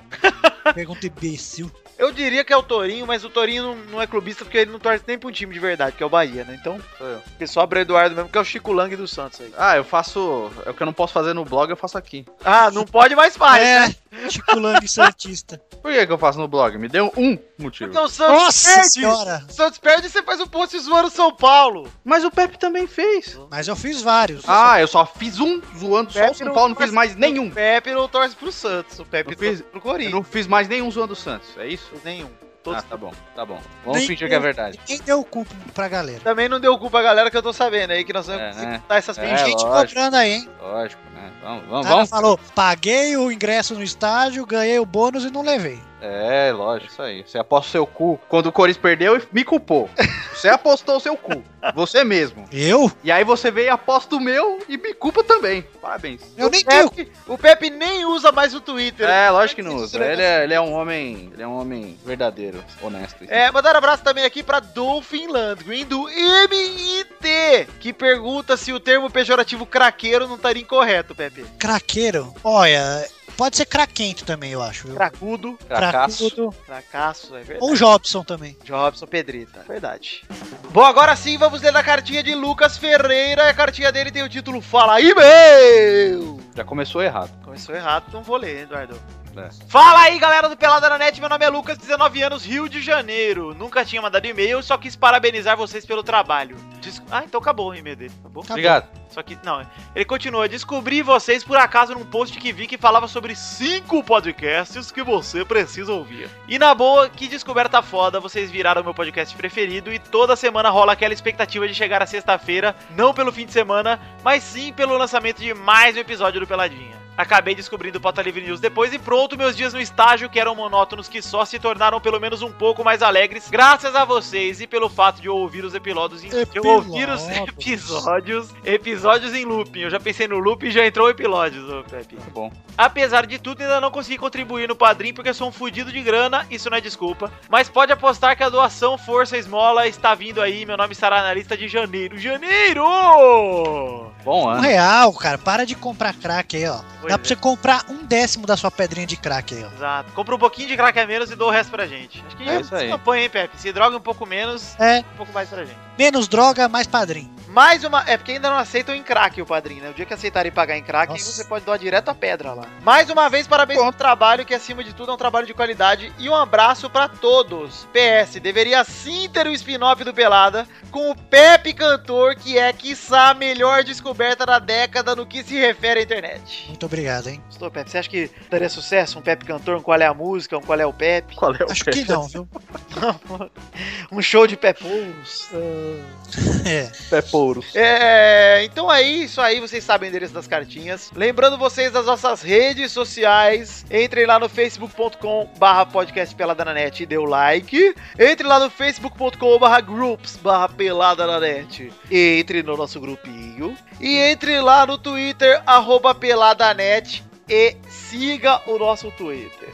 Pergunta imbecil. Eu diria que é o Torinho, mas o Torinho não, não é clubista porque ele não torce nem pra um time de verdade, que é o Bahia, né? Então, Sou eu. o pessoal abre o Eduardo mesmo, que é o Chico Lang do Santos aí. Ah, eu faço. É o que eu não posso fazer no blog, eu faço aqui. Ah, não pode mais faz, né? É, Chico Lang Santista. Por que, que eu faço no blog? Me deu um motivo. Porque Então, o Santos Nossa perde. senhora! O Santos perde e você faz um post zoando São Paulo. Mas o Pepe também fez. Mas eu fiz vários. Ah, eu só fiz um zoando só o Pepe São Paulo, não fiz torce- mais nenhum. O Pepe não torce pro Santos, o Pepe Não fiz- torce pro Eu Corinthians. não fiz mais nenhum zoando o Santos, é isso? Nenhum. Todos- um. Ah, tá bom, tá bom. Vamos Nem- fingir que é verdade. Quem deu o culpa pra galera? Também não deu culpa a galera que eu tô sabendo aí, que nós vamos É, conseguir né? botar essas É, Tem pinches. gente lógico. cobrando aí, hein? Lógico, né? Vamos, O vamos, cara vamos. falou, paguei o ingresso no estádio, ganhei o bônus e não levei. É, lógico, isso aí. Você aposta o seu cu quando o Corinthians perdeu e me culpou. Você apostou o seu cu, você mesmo. Eu? E aí você veio e aposta o meu e me culpa também. Parabéns. Eu nem O dei o Pepe, o Pepe nem usa mais o Twitter. É, lógico que não Isso, usa. né? Ele é, ele é um homem, ele é um homem verdadeiro, honesto. É, mandar abraço também aqui pra Dolphin Landgreen do MIT, que pergunta se o termo pejorativo craqueiro não estaria incorreto, Pepe. craqueiro. Olha, pode ser craquento também, eu acho. Viu? Cracudo, Fracasso. Cracudo. cracasso, é verdade. Ou Jobson também. Jobson Pedrita, verdade. Bom, agora sim vamos ler a cartinha de Lucas Ferreira. A cartinha dele tem o título Fala aí, meu! Já começou errado. Começou errado, não vou ler, hein, Eduardo. É. Fala aí, galera do Pelada na Net, meu nome é Lucas, 19 anos, Rio de Janeiro. Nunca tinha mandado e-mail, só quis parabenizar vocês pelo trabalho. Des- Ah, então acabou o e-mail dele, tá bom? Obrigado. Só que, não, ele continua. Descobri vocês por acaso num post que vi que falava sobre cinco podcasts que você precisa ouvir. E na boa, que descoberta foda, vocês viraram meu podcast preferido e toda semana rola aquela expectativa de chegar à sexta-feira, não pelo fim de semana, mas sim pelo lançamento de mais um episódio do Peladinha. Acabei descobrindo o Pauta Livre News depois e pronto, meus dias no estágio, que eram monótonos que só se tornaram pelo menos um pouco mais alegres, graças a vocês e pelo fato de eu ouvir os epilodos em... de eu ouvir os Epilodos. episódios, episódios em looping. Eu já pensei no looping e já entrou episódios, ô Pepe. Muito Tá bom. Apesar de tudo, ainda não consegui contribuir no Padrim porque eu sou um fudido de grana, isso não é desculpa. Mas pode apostar que a doação Força Esmola está vindo aí, meu nome estará na lista de janeiro. Janeiro! Bom Um ano. real, cara, para de comprar crack aí, ó. Pois Dá é. pra você comprar um décimo da sua pedrinha de crack aí, ó. Exato. Compra um pouquinho de crack a menos e doa o resto pra gente. Acho que É isso aí. campanha, hein, Pepe? Se droga um pouco menos, É, um pouco mais pra gente. menos droga, mais padrinho. Mais uma. É porque ainda não aceitam em crack o padrinho, né? O dia que aceitarem pagar em crack, aí Nossa. você pode doar direto a pedra lá. Mais uma vez, parabéns pelo trabalho, que acima de tudo é um trabalho de qualidade. E um abraço pra todos. PS, deveria sim ter o spin-off do Pelada com o Pepe Cantor, que é, quiçá, a melhor descoberta da década no que se refere à internet. Muito obrigado, hein? Estou, Pepe. Você acha que daria sucesso um Pepe Cantor, um Qual é a Música, um Qual é o Pepe? Qual é o Acho que não, viu? Um show de Ah. Pepons? É. pé pouro? É, então é isso aí, vocês sabem o endereço das cartinhas. Lembrando vocês das nossas redes sociais, entrem lá no facebook.com barra podcast Pelada na Net e dê o like. Entre lá no facebook.com barra groups barra pelada na net. E entre no nosso grupinho. E entre lá no twitter arroba peladanet e siga o nosso twitter.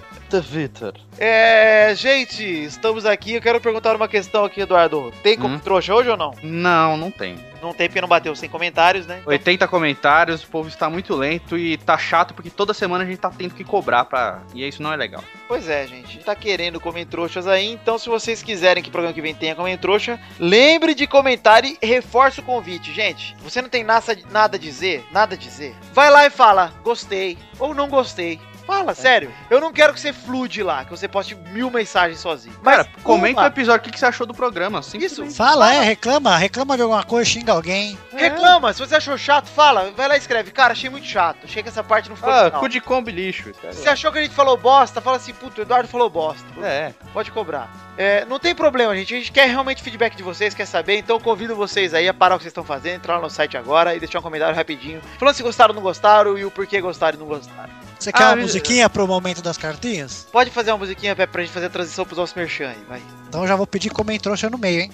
Vitor. É, gente, estamos aqui. Eu quero perguntar uma questão aqui, Eduardo. Tem como Hum? trouxa hoje ou não? Não, não tem. Não tem porque não bateu sem comentários, né? 80 comentários, o povo está muito lento e tá chato porque toda semana a gente tá tendo que cobrar pra. E isso não é legal. Pois é, gente. A gente tá querendo comentroxas aí, então se vocês quiserem que o programa que vem tenha comentroxa, lembre de comentar e reforça o convite, gente. Você não tem nada, nada a dizer, nada a dizer. Vai lá e fala, gostei ou não gostei. Fala, É. sério. Eu não quero que você flude lá, que você poste mil mensagens sozinho. Cara, Mas comenta o uma, episódio, o que, que você achou do programa? Isso. simplesmente. Fala, é, reclama, reclama de alguma coisa, xinga alguém. Reclama, se você achou chato, fala. Vai lá e escreve. Cara, achei muito chato. Achei que essa parte não ficou Ah, legal. cu de combo e lixo, cara. Se achou que a gente falou bosta, fala assim, puto, o Eduardo falou bosta. É, Pode cobrar. É, não tem problema, gente. A gente quer realmente feedback de vocês, quer saber. Então convido vocês aí a parar o que vocês estão fazendo, entrar lá no site agora e deixar um comentário rapidinho. Falando se gostaram ou não gostaram e o porquê gostaram e não gostaram. Ah, Você quer uma me- musiquinha pro momento das cartinhas? Pode fazer uma musiquinha, Pepe, pra gente fazer a transição pros nossos merchan aí, vai. Então eu já vou pedir comentroxa no meio, hein?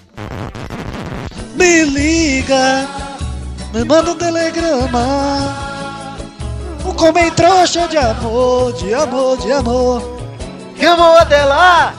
Me liga, me manda um telegrama. Um comentroxa de amor, de amor, de amor. Vamos até lá!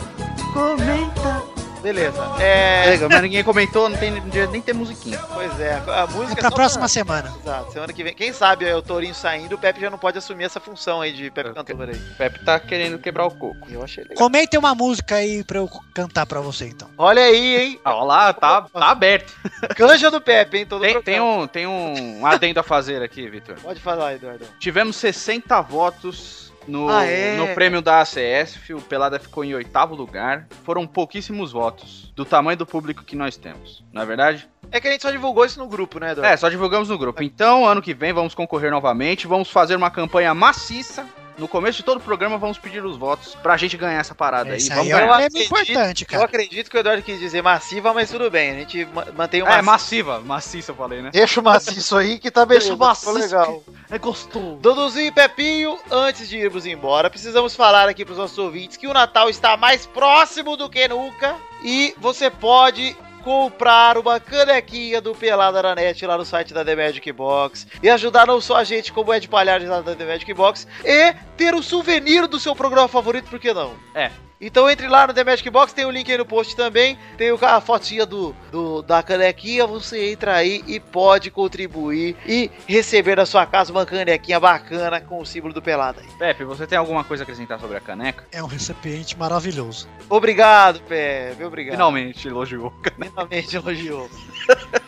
Comenta. Beleza. É. Pega, mas ninguém comentou, não tem não devia nem ter musiquinha. Pois é, a a música. É é pra só próxima semana. Exato, semana que vem. Quem sabe é o Tourinho saindo, o Pepe já não pode assumir essa função aí de Pepe Ok. Cantor aí. O Pepe tá querendo quebrar o coco. Eu achei legal. Comentem uma música aí pra eu cantar pra você, então. Olha aí, hein? Ah, ó lá, tá, tá aberto. Canja do Pepe, hein? Todo Tem, programa. tem um, tem um adendo a fazer aqui, Vitor. Pode falar, Eduardo. Tivemos 60 votos no, Ah, é? no prêmio da ACS. O Pelada ficou em oitavo lugar. Foram pouquíssimos votos do tamanho do público que nós temos, não é verdade? É que a gente só divulgou isso no grupo, né, Eduardo? É, só divulgamos no grupo. Então, ano que vem, vamos concorrer novamente. Vamos fazer uma campanha maciça. No começo de todo o programa, vamos pedir os votos pra gente ganhar essa parada Esse aí. aí Vamos é um ganhar. prêmio acredito, importante, Eu cara. acredito que o Eduardo quis dizer massiva, mas tudo bem, a gente ma- mantém o É, maciço. massiva. Maciça, eu falei, né? Deixa o maciço aí que tá beleza. Deixa o maciço ficou legal. É gostoso. Duduzinho e Pepinho, antes de irmos embora, precisamos falar aqui pros nossos ouvintes que o Natal está mais próximo do que nunca e você pode comprar uma canequinha do Pelada na Net lá no site da The Magic Box e ajudar não só a gente como o Ed Palhares lá da The Magic Box e ter um souvenir do seu programa favorito, por que não? É. Então entre lá no The Magic Box, tem o link aí no post também, tem o- a fotinha do, do- da canequinha, você entra aí e pode contribuir e receber na sua casa uma canequinha bacana com o símbolo do Pelada aí. Pepe, você tem alguma coisa a acrescentar sobre a caneca? É um recipiente maravilhoso. Obrigado, Pepe, obrigado. Finalmente elogiou. Finalmente elogiou.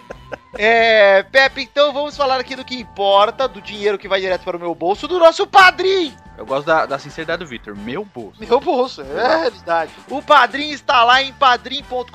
É, Pepe, então vamos falar aqui do que importa, do dinheiro que vai direto para o meu bolso, do nosso padrinho. Eu gosto da, da sinceridade do Vitor. Meu bolso. Meu bolso, é a realidade. O padrinho está lá em padrim.com.br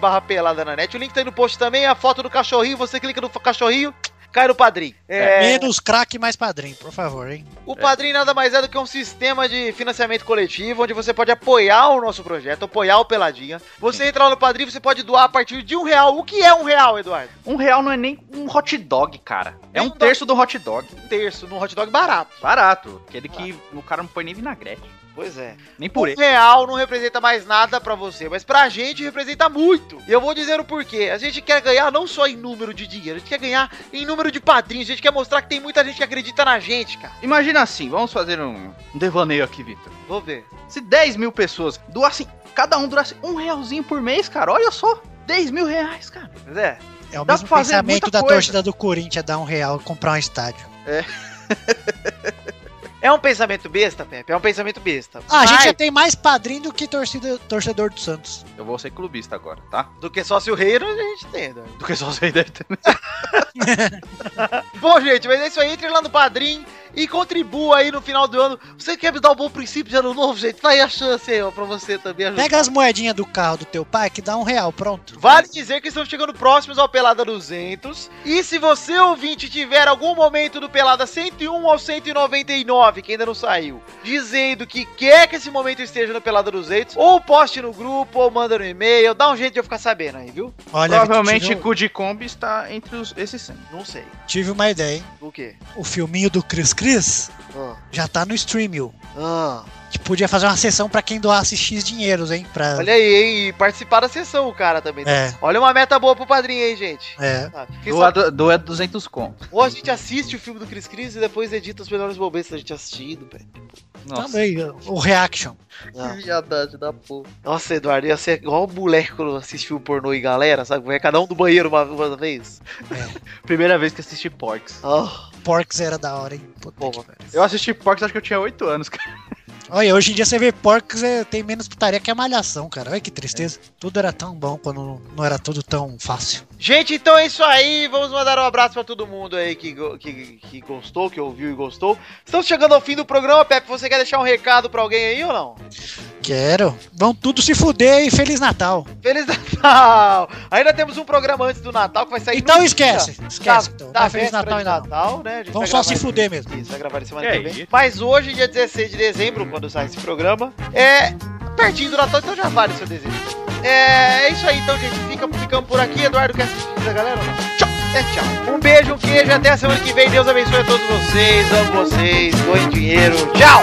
barra pelada na net. O link tá aí no post também, a foto do cachorrinho, você clica no f- cachorrinho. cai no padrinho. É, Menos craque, mais padrinho, por favor, hein? o padrinho nada mais é do que um sistema de financiamento coletivo onde você pode apoiar o nosso projeto, apoiar o Peladinha. Você entra lá no padrinho, você pode doar a partir de um real. O que é um real, Eduardo? Um real não é nem um hot dog, cara. É Nem um um terço do hot dog. Um terço num hot dog barato. Barato. Aquele que o cara não põe nem vinagrete. Pois é. Nem Um purê. real não representa mais nada pra você, mas pra gente representa muito. E eu vou dizer o porquê. A gente quer ganhar não só em número de dinheiro, a gente quer ganhar em número de padrinhos. A gente quer mostrar que tem muita gente que acredita na gente, cara. Imagina assim, vamos fazer um, um devaneio aqui, Vitor. Vou ver. Se 10 mil pessoas doassem, cada um doasse um realzinho por mês, cara, olha só. 10 mil reais, cara. Mas é. É o Dá mesmo pra fazer pensamento muita da coisa. torcida do Corinthians dar um real e comprar um estádio. É um pensamento besta, Pepe. É um pensamento besta. Ah, a Mas- gente já tem mais padrinho do que torcida, torcedor do Santos. Eu vou ser clubista agora, tá? Do que sócio reiro a gente tem, Eduardo. Do que só você deve ter. Bom, gente, mas é isso aí. Entre lá no Padrim e contribua aí no final do ano. Você quer me dar um bom princípio de ano novo, gente? Tá aí a chance aí, ó, pra você também ajudar. Pega as moedinhas do carro do teu pai que dá um real, pronto. Vale dizer que estamos chegando próximos ao Pelada 200. E se você, ouvinte, tiver algum momento do Pelada 101 ao 199, que ainda não saiu, dizendo que quer que esse momento esteja no Pelada 200, ou poste no grupo, ou manda no e-mail, dá um jeito de eu ficar sabendo aí, viu? Olha, Provavelmente Vitor, cu de Kombi está entre os, esses 100. Não sei. tive, tive uma ideia, hein? O quê? O filminho do Cris Cris Ah, já tá no Streamio. ah. A gente podia fazer uma sessão pra quem doasse X dinheiros, hein? Pra... Olha aí, hein? E participar da sessão, o cara também. É, Olha uma meta boa pro padrinho, hein, gente? é. Ah, quem Doa, sabe- do- doa 200 conto. Ou a gente assiste o filme do Chris Cris e depois edita os melhores momentos da gente assistindo, velho. Nossa. Também, o reaction. Que viadade da porra. Nossa, Eduardo, ia ser igual o moleque quando assiste filme pornô e galera, sabe? Vai cada um do banheiro uma, uma vez. É. Primeira vez que assisti Porks. Ah, Porks era da hora, hein? Puta Pô, que mano. pariu. Eu assisti Porks acho que eu tinha 8 anos, cara. Olha, hoje em dia você vê Porks é, tem menos putaria que a malhação, cara. Olha que tristeza. Tudo era tão bom quando não- não era tudo tão fácil. Gente, então é isso aí. Vamos mandar um abraço pra todo mundo aí que, go- que, que gostou, que ouviu e gostou. Estamos chegando ao fim do programa, Pepe. Você quer deixar um recado pra alguém aí ou não? Quero. Vão tudo se fuder e Feliz Natal. Feliz Natal! Ainda temos um programa antes do Natal que vai sair. Então no dia esquece. Da, Esquece, então. da Não é Feliz véspera Natal de ainda não. Natal, né? A gente Vão vai só se gravar fuder mesmo. Isso, vai gravar na semana É que vem. isso. Mas hoje, dia 16 de dezembro, quando sai esse programa, é pertinho do Natal, então já vale o seu desejo. É, é isso aí, então, gente. Fica, ficamos por aqui. Eduardo quer se despedir da galera ou não? Tchau! É tchau. Um beijo, um queijo, até a semana que vem. Deus abençoe a todos vocês. Amo vocês. Doem dinheiro. Tchau!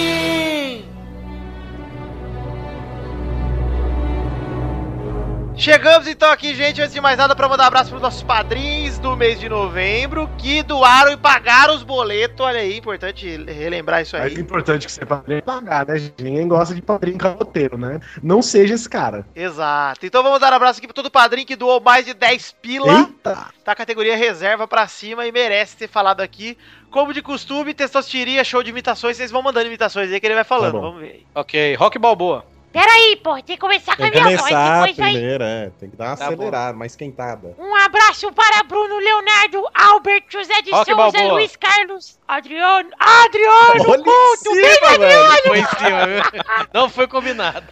Chegamos então aqui, gente, antes de mais nada, para mandar um abraço para os nossos padrinhos do mês de novembro que doaram e pagaram os boletos. Olha aí, importante relembrar isso Mas é aí. importante que você padrinho é pagar, né, gente? Ninguém gosta de padrinho caloteiro, né? Não seja esse cara. Exato. Então vamos dar um abraço aqui para todo padrinho que doou mais de 10 pila. Eita! tá a categoria reserva pra cima e merece ser falado aqui. Como de costume, testosteria, show de imitações, vocês vão mandando imitações aí que ele vai falando. Tá bom. Vamos ver aí. Ok, Rock Balboa. Peraí, pô, tem que começar com a Tem que minha voz começar depois aí. primeiro, é. Tem que dar uma Tá bom. acelerada, uma esquentada. Um abraço para Bruno Leonardo, Albert, José de Rock Souza, Balboa. Luiz Carlos, Adriano, Adriano, Olha Couto, em bem, cima, velho. Foi em cima, viu? Não foi combinado.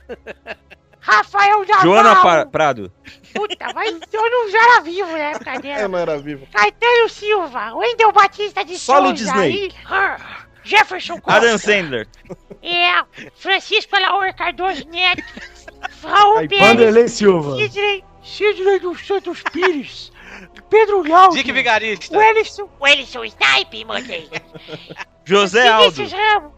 Rafael Navarro. Joana Pa- Prado. Puta, mas eu não já era vivo na época É, dela. não era vivo. Caetano Silva, Wendel Batista de Solo Souza. Disney. e- Ah, Jefferson Adam Costa. Sandler. É, Francisco Alaor Cardoso Neto. Raul Aí, Pérez. Vanderlei Silva. Sidney, Sidney dos Santos Pires. Pedro Lau. Dick Vigarista. O Ellison. O Ellison Snipe, mandei. José Aldo. Vinícius Ramos.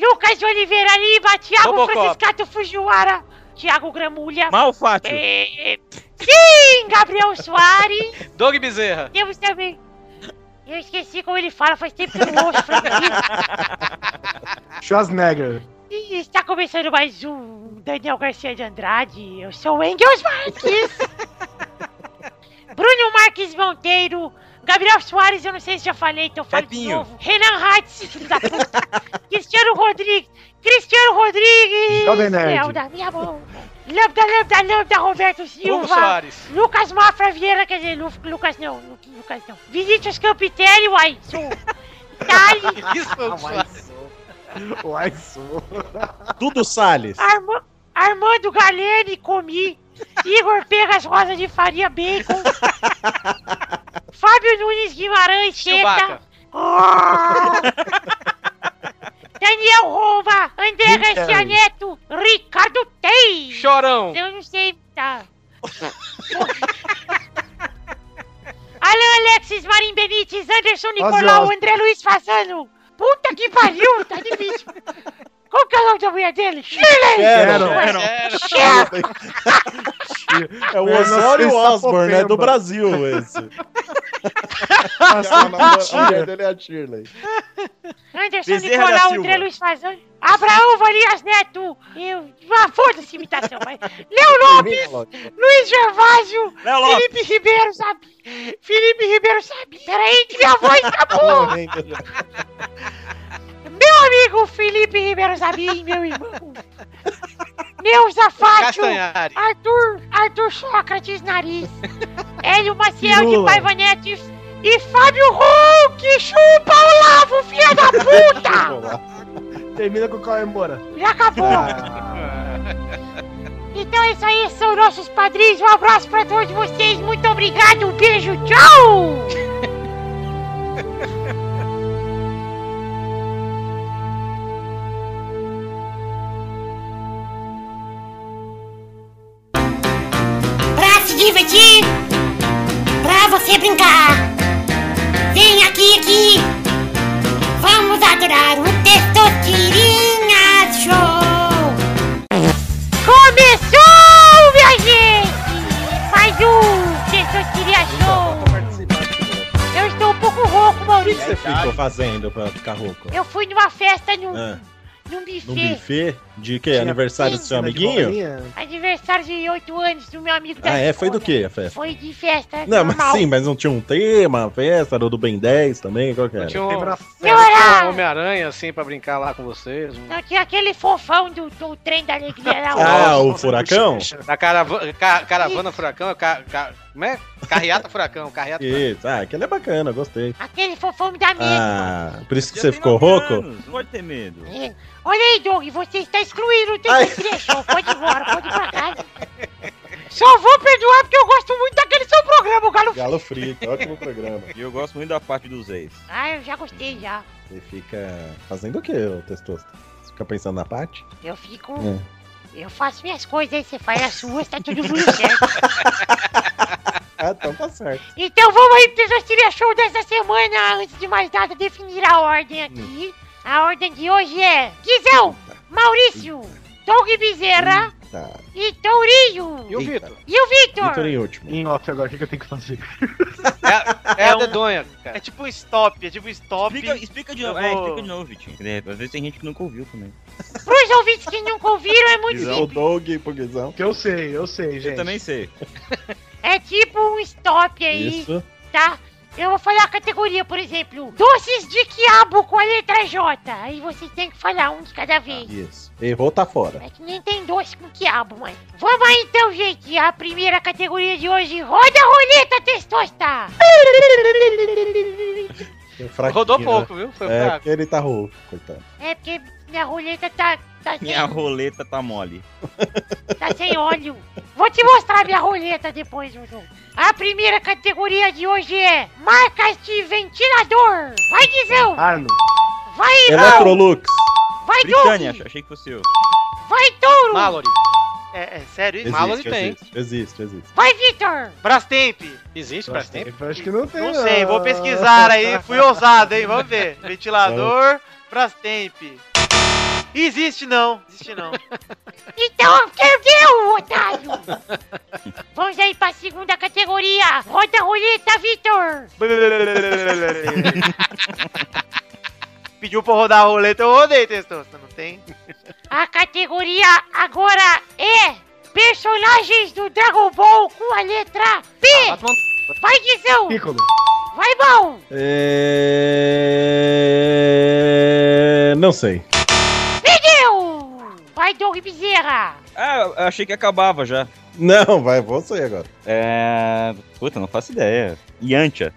Lucas Oliveira Lima, Thiago Robocop. Franciscato Fujiwara, Thiago Gramulha. Malfátio. eh, Sim, Gabriel Soares. Doug Bezerra. Temos também. Eu esqueci como ele fala, faz tempo que eu não ouço. Francisco. Schwarzenegger. E está começando mais um Daniel Garcia de Andrade. Eu sou o Engels Marques. Bruno Marques Monteiro. Gabriel Soares, eu não sei se já falei, então eu falo de Pepinho. novo. Renan Hatz, filho da puta. Cristiano Rodrigues. Cristiano Rodrigues. Jovem Nerd. Céu da minha mão. Lambda, lambda, lambda, Roberto Silva. Soares. Lucas Mafra Vieira, quer dizer, Lu- Lucas não, Lu- Lucas não. Vinícius Campitelli, uai, sou. Dali. Ah, Uai, sou. Tudo Salles. Arma- Armando Galene, comi. Igor Pegas Rosa de Faria Bacon. Fábio Nunes Guimarães Cheta. Chewbacca. Daniel Roma, André Jim Garcia Carrey. Neto, Ricardo Tei. Chorão. Eu não sei, tá. Alan Alexis Marim Benites, Anderson Quase Nicolau, ótimo. André Luiz Fazano. Puta que pariu, tá difícil. Qual que é o nome da mulher dele? Shirley! Sharon. Sharon. É o Eu não sei Osório se Osborne, tá é do Brasil esse. é Nossa, A mulher mentira. dele é a Shirley. Anderson Bezerra da Nicolau, Silva. André Luiz Fazano. Abraão Valias Neto. Eu... Ah, foda-se a imitação, vai. Léo Lopes. Luiz Gervásio. Felipe Ribeiro, sabe? Felipe Ribeiro, sabe? Peraí que minha voz tá boa. Meu amigo Felipe Ribeiro Zabim, meu irmão. Neuza Fátio. Castanhari. Arthur, Arthur Sócrates Nariz. Hélio Maciel de Pirula. Paivanete. E Fábio Hulk, chupa Olavo, filha da puta! Termina com o Cauê Moura. Ah, Já Tá acabou. Então é isso aí, são nossos padrinhos. Um abraço pra todos vocês, muito obrigado, um beijo, tchau! pra se divertir, pra você brincar. Vem aqui, aqui, vamos adorar o Testosterinhas Show. Começou, minha gente, mais um Testosterinhas Show. Eu estou um pouco rouco, O que que você Maurício. ficou fazendo pra ficar rouco? Eu fui numa festa num, Ah, num num buffet. buffet? De quê? Aniversário do seu amiguinho? Aniversário de 8 anos do meu amigo da Ah, é? Foi escola. do quê a festa? Foi de festa. Não, mas normal. sim, mas não tinha um tema, a festa, era do Ben 10 também, qual que era? Tinha um, Meu horário. tinha um Homem-Aranha, assim, pra brincar lá com vocês. Um Não tinha aquele fofão do, do trem da alegria lá. Ah, ó. o furacão? Da carava- ca- caravana furacão, é ca- ca- como é? Carreata furacão, carreata Isso, ah, aquele é bacana, gostei. Aquele é fofão me dá medo. Ah, por isso que você ficou rouco? Não pode ter medo. É. Olha aí, Doug, você está excluído, tem que deixar. Pode ir embora, pode ir pra casa. Só vou perdoar porque eu gosto muito daquele seu programa, o Galo. F- Galo Frito, ótimo programa. E eu gosto muito da parte dos ex. Ah, eu já gostei já. Você fica fazendo o que, ô Testosta? Você fica pensando na parte? Eu fico. É. Eu faço minhas coisas, aí você faz as suas, tá tudo muito certo. Ah, então tá certo. Então vamos aí, pessoas, tirar show dessa semana. Antes de mais nada, definir a ordem Hum. aqui. A ordem de hoje é Guizão, Maurício, Doug Bezerra Tá. e Tourinho. E o Vitor? E o Vitor. Vitor em último. Nossa, agora o que que eu tenho que fazer? É, a dedonha. É tipo um stop, é tipo um stop. Explica, explica de novo, é, explica de novo, Vitinho. De repente, Às vezes tem gente que nunca ouviu também. Pros ouvintes que nunca ouviram, é muito Guizão, o simples. Doug pro Guizão. Que eu sei, eu sei, gente. Eu também sei. É tipo um stop aí, Isso. tá? Eu vou falar a categoria, por exemplo, doces de quiabo com a letra J. Aí vocês têm que falar um de cada vez. Isso. Errou, tá fora. É que nem tem doce com quiabo, mano. Vamos aí então, gente. A primeira categoria de hoje. Roda a roleta, testosta! É fraquinho, Rodou né? pouco, viu? Foi é, fraco. porque ele tá rouco, coitado. É porque minha roleta tá, tá, sem, Minha roleta tá mole. tá sem óleo. Vou te mostrar minha roleta depois, Jojo. A primeira categoria de hoje é marcas de ventilador. Vai, Guizão! Arno. Vai, Irmão! Ah, Electrolux. Vai, Britânia, Doug! ach- achei que fosse eu. Vai, Touro! Mallory. É, é sério isso? Existe, existe, existe, existe. Vai, Vitor! Brastemp. Existe Brastemp? Acho que não tem. ah. Não sei, vou pesquisar aí. Fui ousado, hein? Vamos ver. Ventilador, Brastemp. Existe não, existe não. Então, quero ver o otário! Vamos aí pra segunda categoria. Roda a roleta, Vitor! Pediu pra eu rodar a roleta, eu rodei, testosta, não tem? A categoria agora é personagens do Dragon Ball com a letra P. Ah, Vai, Guizão. Piccolo. Vai, bom. É... Não sei. Perdeu. Vai, Doug Bezerra. Ah, eu achei que acabava já. Não, vai você agora. É. Puta, não faço ideia. Yantia.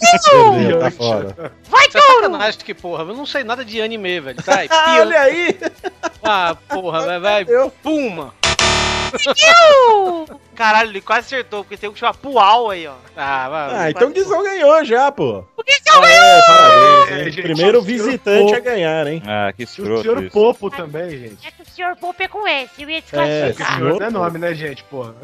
Perdeu, tá fora. Vai, Isso é sacanagem que porra. Eu não sei nada de anime, velho. Tá aí, pila. Olha aí! Ah, porra, vai, vai. Puma. Caralho, ele quase acertou, porque tem um que chama Pual aí, ó. Ah, vai. Então Ah, então o Guizão ganhou já, pô. O Guizão ganhou! parabéns. hein? gente, É, Primeiro o senhor visitante é Popo. a ganhar, hein? Ah, que E o escroto. senhor isso. Popo também, gente. É que o senhor Pope é com S, eu ia É, porque o desclassificar. senhor não é nome, né, gente, porra?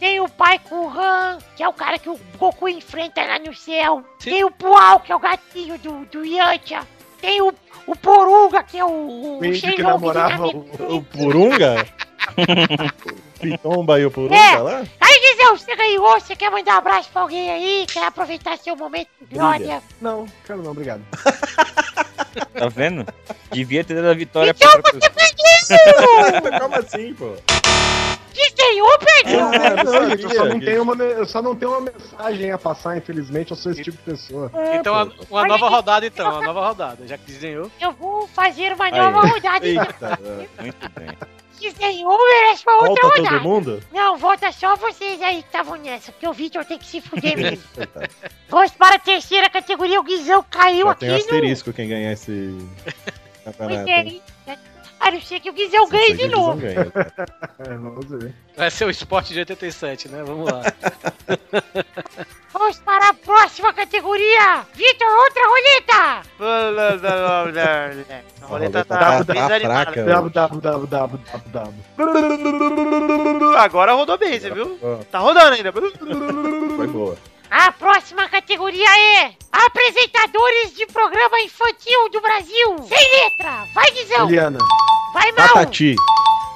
Tem o Pai Kuhan, que é o cara que o Goku enfrenta lá no céu. Tem o Pual, que é o gatinho do, do Yantia. Tem o, o Poruga, que tá é o, O índio que namorava dinamita. o... O Purunga? Pitomba e o Purunga É. lá? Aí, Gisel, você ganhou, você quer mandar um abraço pra alguém aí? Quer aproveitar seu momento de Brilha. glória? Não, quero não, obrigado. Tá vendo? Devia ter dado a vitória Então pra você outra ganhou! Como assim, pô? Desenhou, perdeu! Ah, não, gente, eu, só não sabia. tenho uma, eu só não tenho uma mensagem a passar, infelizmente. Eu sou esse tipo de pessoa. É, Então, uma, uma Olha nova aí. rodada, então. Uma nova rodada, já que desenhou. Eu vou fazer uma nova rodada. Eita, pessoa. Muito bem. Desenhou, merece uma é outra falta rodada. todo mundo? Não, volta só vocês aí que estavam nessa, porque o Vitor tem que se fuder mesmo. Vamos para a terceira categoria, o Guizão caiu Já aqui tem um asterisco quem ganhar esse no... campeonato. Pois é, hein? hein? a não ser que o Guizão Se ganhe o de Guizão novo. ganha, cara. É, vamos ver. Vai ser o esporte de 87, né? Vamos lá. Vamos para a próxima categoria. Vitor, outra roleta. A roleta tá Tá- tá desanimada. fraca, W, W, W, W, W, W. Agora rodou bem, você viu? Ó, Tá rodando ainda. Foi boa. A próxima categoria é apresentadores de programa infantil do Brasil. Sem letra. Vai, Guizão. Eliana. Vai, Mal. Patati.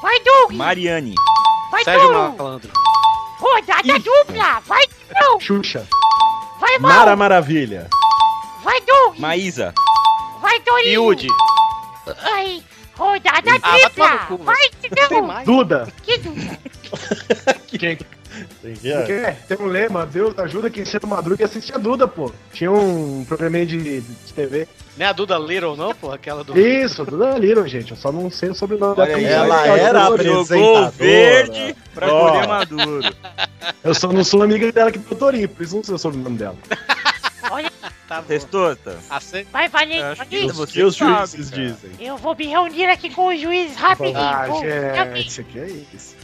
Vai, Doug. Mariane. Vai, Sérgio Douro. Malandro. Rodada tá dupla. Vai, Guizão. Xuxa. Vai, Mara Mal. Maravilha. Vai, Doug. Maísa. Vai, Dorinho. Yudi. Ai, rodada Ah, vai tripla! tomar no cu, velho. né? vai, Tigão! Duda. Que dúvida! Tem que é. É, tem um lema, Deus ajuda quem cedo madruga e assiste a Duda, pô. Tinha um programinha de, de TV. Não é a Duda Little, não, porra? Aquela do. Isso, Duda Little, gente. Eu só não sei o sobrenome Olha aí, atriz. ela Eu era sou- Jogou apresentadora. o verde pra Ó. colher maduro. Eu só não sou amiga dela que deu Torinho, por isso não sei o sobrenome dela. Olha, Tá bom. Testota. Ace- vai, Eu Valente, acho Valente. Você Os que os sabe, juízes cara. dizem. Eu vou me reunir aqui com os juízes rapidinho. Ah, Vou- gente, rapidinho. isso aqui é isso.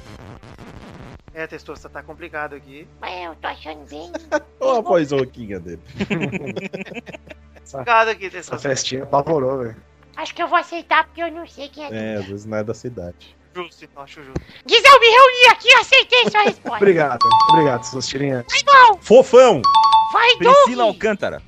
É, testosta, tá complicado aqui. Mas eu tô achando bem. Olha a vozoquinha dele. Complicado aqui, Essa testosta. festinha apavorou, velho. Acho que eu vou aceitar porque eu não sei quem é. É, às vezes não é da cidade. Justo, então, acho justo. Guizão, me reuni aqui, aceitei sua resposta. Obrigado, obrigado, suas tirinhas. Vai, Mal. Fofão! Vai, Priscila Doug! Alcântara.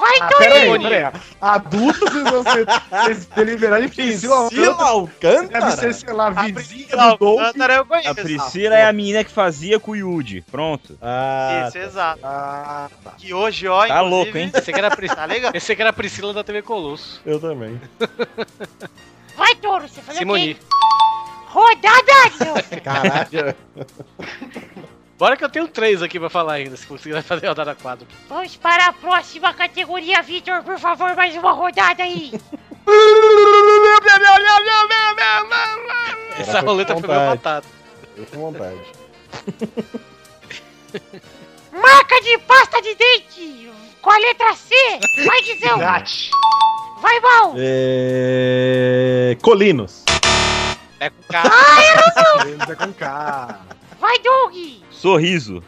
Vai, Ah, Doug! peraí, peraí. Adulto, vocês vão ser. Vocês deliberarem Priscila Alcântara. Deve ser, Alcântara? sei lá, A vizinha Priscila do Dolph. Alcântara eu conheço. A Priscila é a menina que fazia com o Yudi. Pronto. Ah, Isso, é exato. Ah, tá. Que hoje, ó, Tá inclusive, louco, hein? Esse aqui era a Pris- Tá legal. Esse aqui era a Priscila da TV Colosso. eu também. Vai, Douro, você falou Simoni. quem? Rodada, Guizão! Caralho. Bora que eu tenho três aqui pra falar ainda, se conseguir fazer a rodada 4. Vamos para a próxima categoria, Vitor, por favor, mais uma rodada aí. Essa foi roleta com foi meu vontade. batata. Eu com vontade. Marca de pasta de dente com a letra C. Vai, Guizão. Nath. Vai, Mal. É... Colinos. É com K. Eles é com K. Vai, Doug. Sorriso.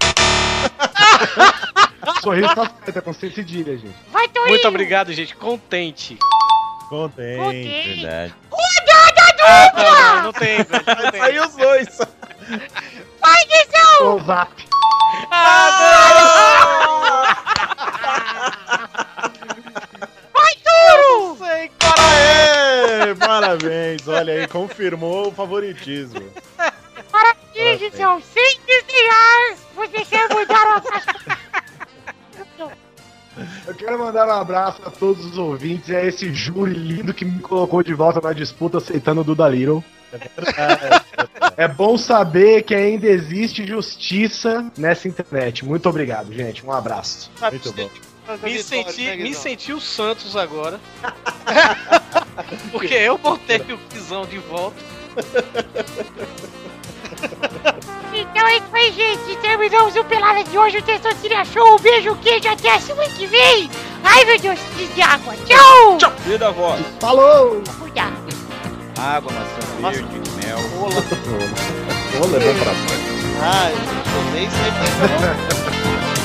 Sorriso tá certo, é com C cedilha, gente. Vai, Torinho. Muito obrigado, gente. Contente. Contente. Ok. Verdade. Rodada dupla. Não, não tem, velho. Não tem. Aí os dois. Vai, Guizão. Ô, Zap. Vai, Touro. Sei, caralho. Aê, parabéns. Olha aí, confirmou o favoritismo. Parabéns, Guizão. 100 reais. Você quer mudar a pasta. Eu quero mandar um abraço a todos os ouvintes e a esse júri lindo que me colocou de volta na disputa aceitando o Duda Little. É bom saber que ainda existe justiça nessa internet. Muito obrigado, gente. Um abraço. Muito bom. Me senti, me senti o Santos agora. porque eu botei o pisão de volta. Então é isso aí, gente. Terminamos o Pelada de hoje, o Testosterinha Show. Um beijo, queijo, até a semana que vem. Ai, meu Deus, preciso de água. Tchau! Tchau! Filho da voz. Falou! Cuidado. Água, maçã verde, mel. Rola. Rola, Ai, eu nem sei.